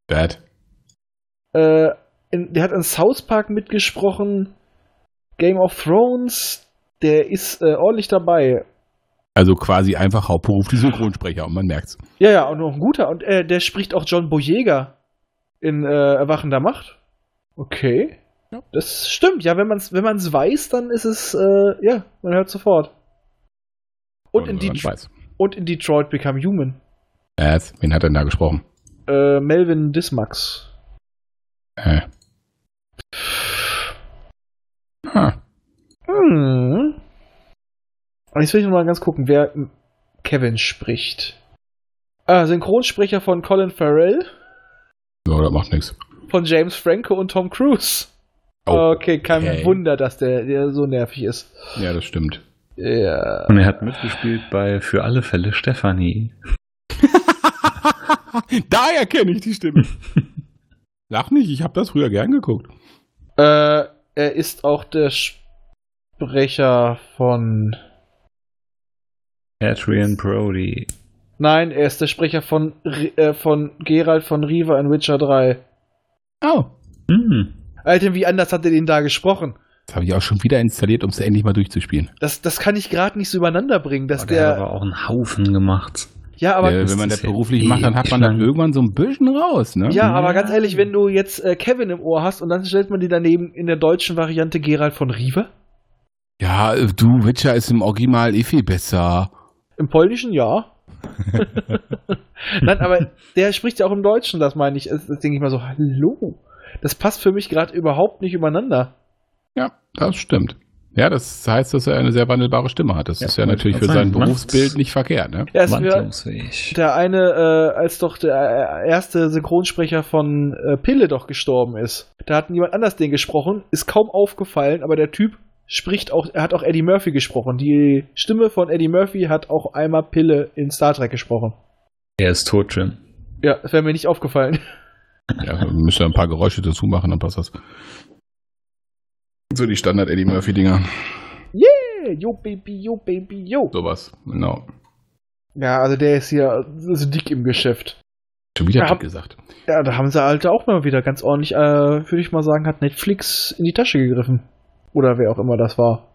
Bad.
Äh, in, der hat an South Park mitgesprochen. Game of Thrones. Der ist äh, ordentlich dabei.
Also quasi einfach hauptberuflich Synchronsprecher und man merkt's.
Ja, ja, und noch ein guter. Und äh, der spricht auch John Boyega in äh, Erwachender Macht. Okay. Das stimmt. Ja, wenn man es wenn man's weiß, dann ist es, äh, ja, man hört sofort. Und in,
die
Det-
weiß.
und in Detroit Become Human.
Was? Wen hat er denn da gesprochen?
Äh, Melvin Dismax.
Äh. Ah,
Hm. Aber Jetzt will ich noch mal ganz gucken, wer Kevin spricht. Ah, Synchronsprecher von Colin Farrell,
ja, das macht nichts.
von James Franco und Tom Cruise.
Oh,
okay, kein
okay.
Wunder, dass der, der so nervig ist.
ja, das stimmt.
Ja.
Und er hat mitgespielt bei Für alle Fälle Stefanie.
Daher kenne ich die Stimme. Lach nicht, ich habe das früher gern geguckt.
Äh, er ist auch der Sprecher von.
Adrian Brody.
Nein, er ist der Sprecher von, R- äh, von Gerald von Riva in Witcher 3.
Oh.
Hm.
Alter, wie anders hat er den da gesprochen?
Das habe ich auch schon wieder installiert, um es endlich mal durchzuspielen.
Das, das kann ich gerade nicht so übereinander bringen, dass
Oh, der hat
der.
aber auch einen Haufen gemacht.
ja, aber.
äh, wenn man
das
das
ja
beruflich macht, dann hat
ewig
man das
lang.
irgendwann so ein bisschen raus, ne?
Ja, aber ganz ehrlich, wenn du jetzt äh, Kevin im Ohr hast und dann stellt man die daneben in der deutschen Variante Gerald von Riva.
Ja, äh, du, Witcher ist im Original eh viel besser.
Im polnischen ja. Nein, aber der spricht ja auch im Deutschen, das meine ich. Das, das denke ich mal so, hallo. Das passt für mich gerade überhaupt nicht übereinander.
Ja, das stimmt. Ja, das heißt, dass er eine sehr wandelbare Stimme hat. Das
Ja,
ist ja
wollte
natürlich
ich
für
grad
sein ne?
sagen, macht's.
Berufsbild nicht verkehrt, ne?
Er ist für
Wandlungsfähig.
der eine, äh, als doch der äh, erste Synchronsprecher von äh, Pille doch gestorben ist. Da hat niemand anders den gesprochen, ist kaum aufgefallen, aber der Typ spricht auch, er hat auch Eddie Murphy gesprochen. Die Stimme von Eddie Murphy hat auch einmal Pille in Star Trek gesprochen.
Er ist tot, Jim.
Ja, das wäre mir nicht aufgefallen.
Ja, wir müssen ja ein paar Geräusche dazu machen, dann passt das. So die Standard-Eddie Murphy-Dinger.
Hey, yo, Baby, yo, Baby, yo.
Sowas, genau.
Ja, also der ist hier so dick im Geschäft.
Schon wieder
Ja,
dick
hab-
gesagt.
Ja, da haben sie halt auch mal wieder ganz ordentlich, äh, würde ich mal sagen, hat Netflix in die Tasche gegriffen. Oder wer auch immer das war.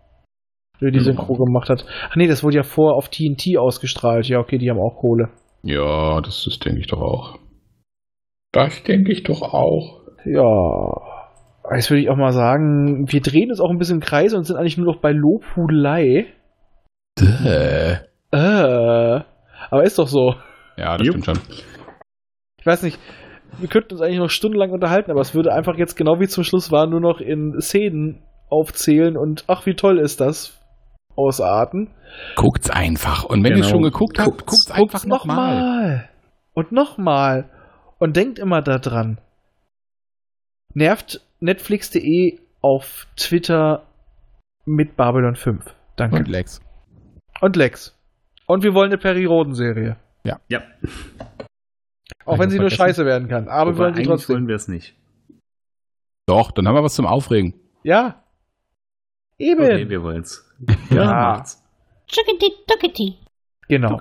Der die Synchro gemacht hat. Ach nee, das wurde ja vorher auf TNT ausgestrahlt. Ja, okay, die haben auch Kohle.
Ja, das ist, denke ich doch auch. Das denke ich doch auch.
Ja. jetzt würde ich auch mal sagen, wir drehen uns auch ein bisschen im Kreis und sind eigentlich nur noch bei Lobhudelei.
Däh.
Äh, aber ist doch so.
Ja, das
Jupp.
stimmt schon.
Ich weiß nicht, wir könnten uns eigentlich noch stundenlang unterhalten, aber es würde einfach jetzt genau wie zum Schluss war, nur noch in Szenen aufzählen und ach, wie toll ist das ausarten.
Guckt's einfach. Und wenn ihr
Genau.
schon geguckt habt,
Guckt's.
guckt's, einfach nochmal.
Nochmal. Und nochmal. Und denkt immer daran. Nervt Netflix.de auf Twitter mit Babylon 5. Danke.
Und Lex.
Und Lex. Und wir wollen eine Peri-Roden-Serie.
Ja,
Auch
Hab
wenn
ich
sie
noch
nur
vergessen.
scheiße werden kann. Aber wir
aber
wollen sie
eigentlich
trotzdem.
wollen wir es nicht.
Doch, dann haben wir was zum Aufregen.
Ja. Eben.
Okay, wir wollen es. Ja,
Ja.
macht's.
Chickity tuckity.
Genau.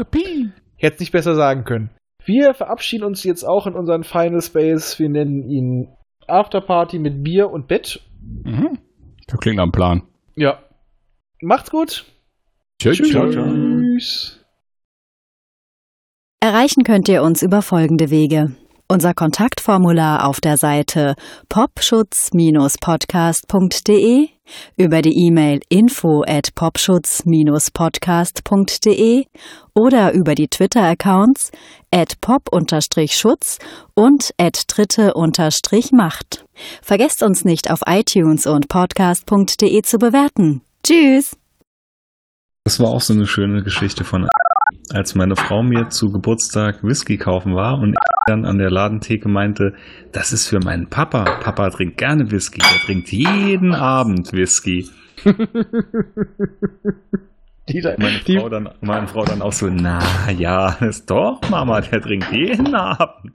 Hätte nicht besser sagen können. Wir verabschieden uns jetzt auch in unseren Final Space. Wir nennen ihn Afterparty mit Bier und Bett.
Mhm. Das klingt am Plan.
Ja. Macht's gut.
Tschö, tschö.
Tschüss.
Erreichen könnt ihr uns über folgende Wege. Unser Kontaktformular auf der Seite popschutz-podcast.de, über die E-Mail info at popschutz-podcast.de oder über die Twitter-Accounts at pop-schutz und at dritte-macht. Vergesst uns nicht auf iTunes und podcast.de zu bewerten. Tschüss!
Das war auch so eine schöne Geschichte von als meine Frau mir zu Geburtstag Whisky kaufen war und dann an der Ladentheke meinte, das ist für meinen Papa. Papa trinkt gerne Whisky. Er trinkt jeden Abend Whisky.
Die,
Meine
die,
Frau, dann, meine Frau dann auch so, na ja, ist doch Mama, der trinkt jeden Abend.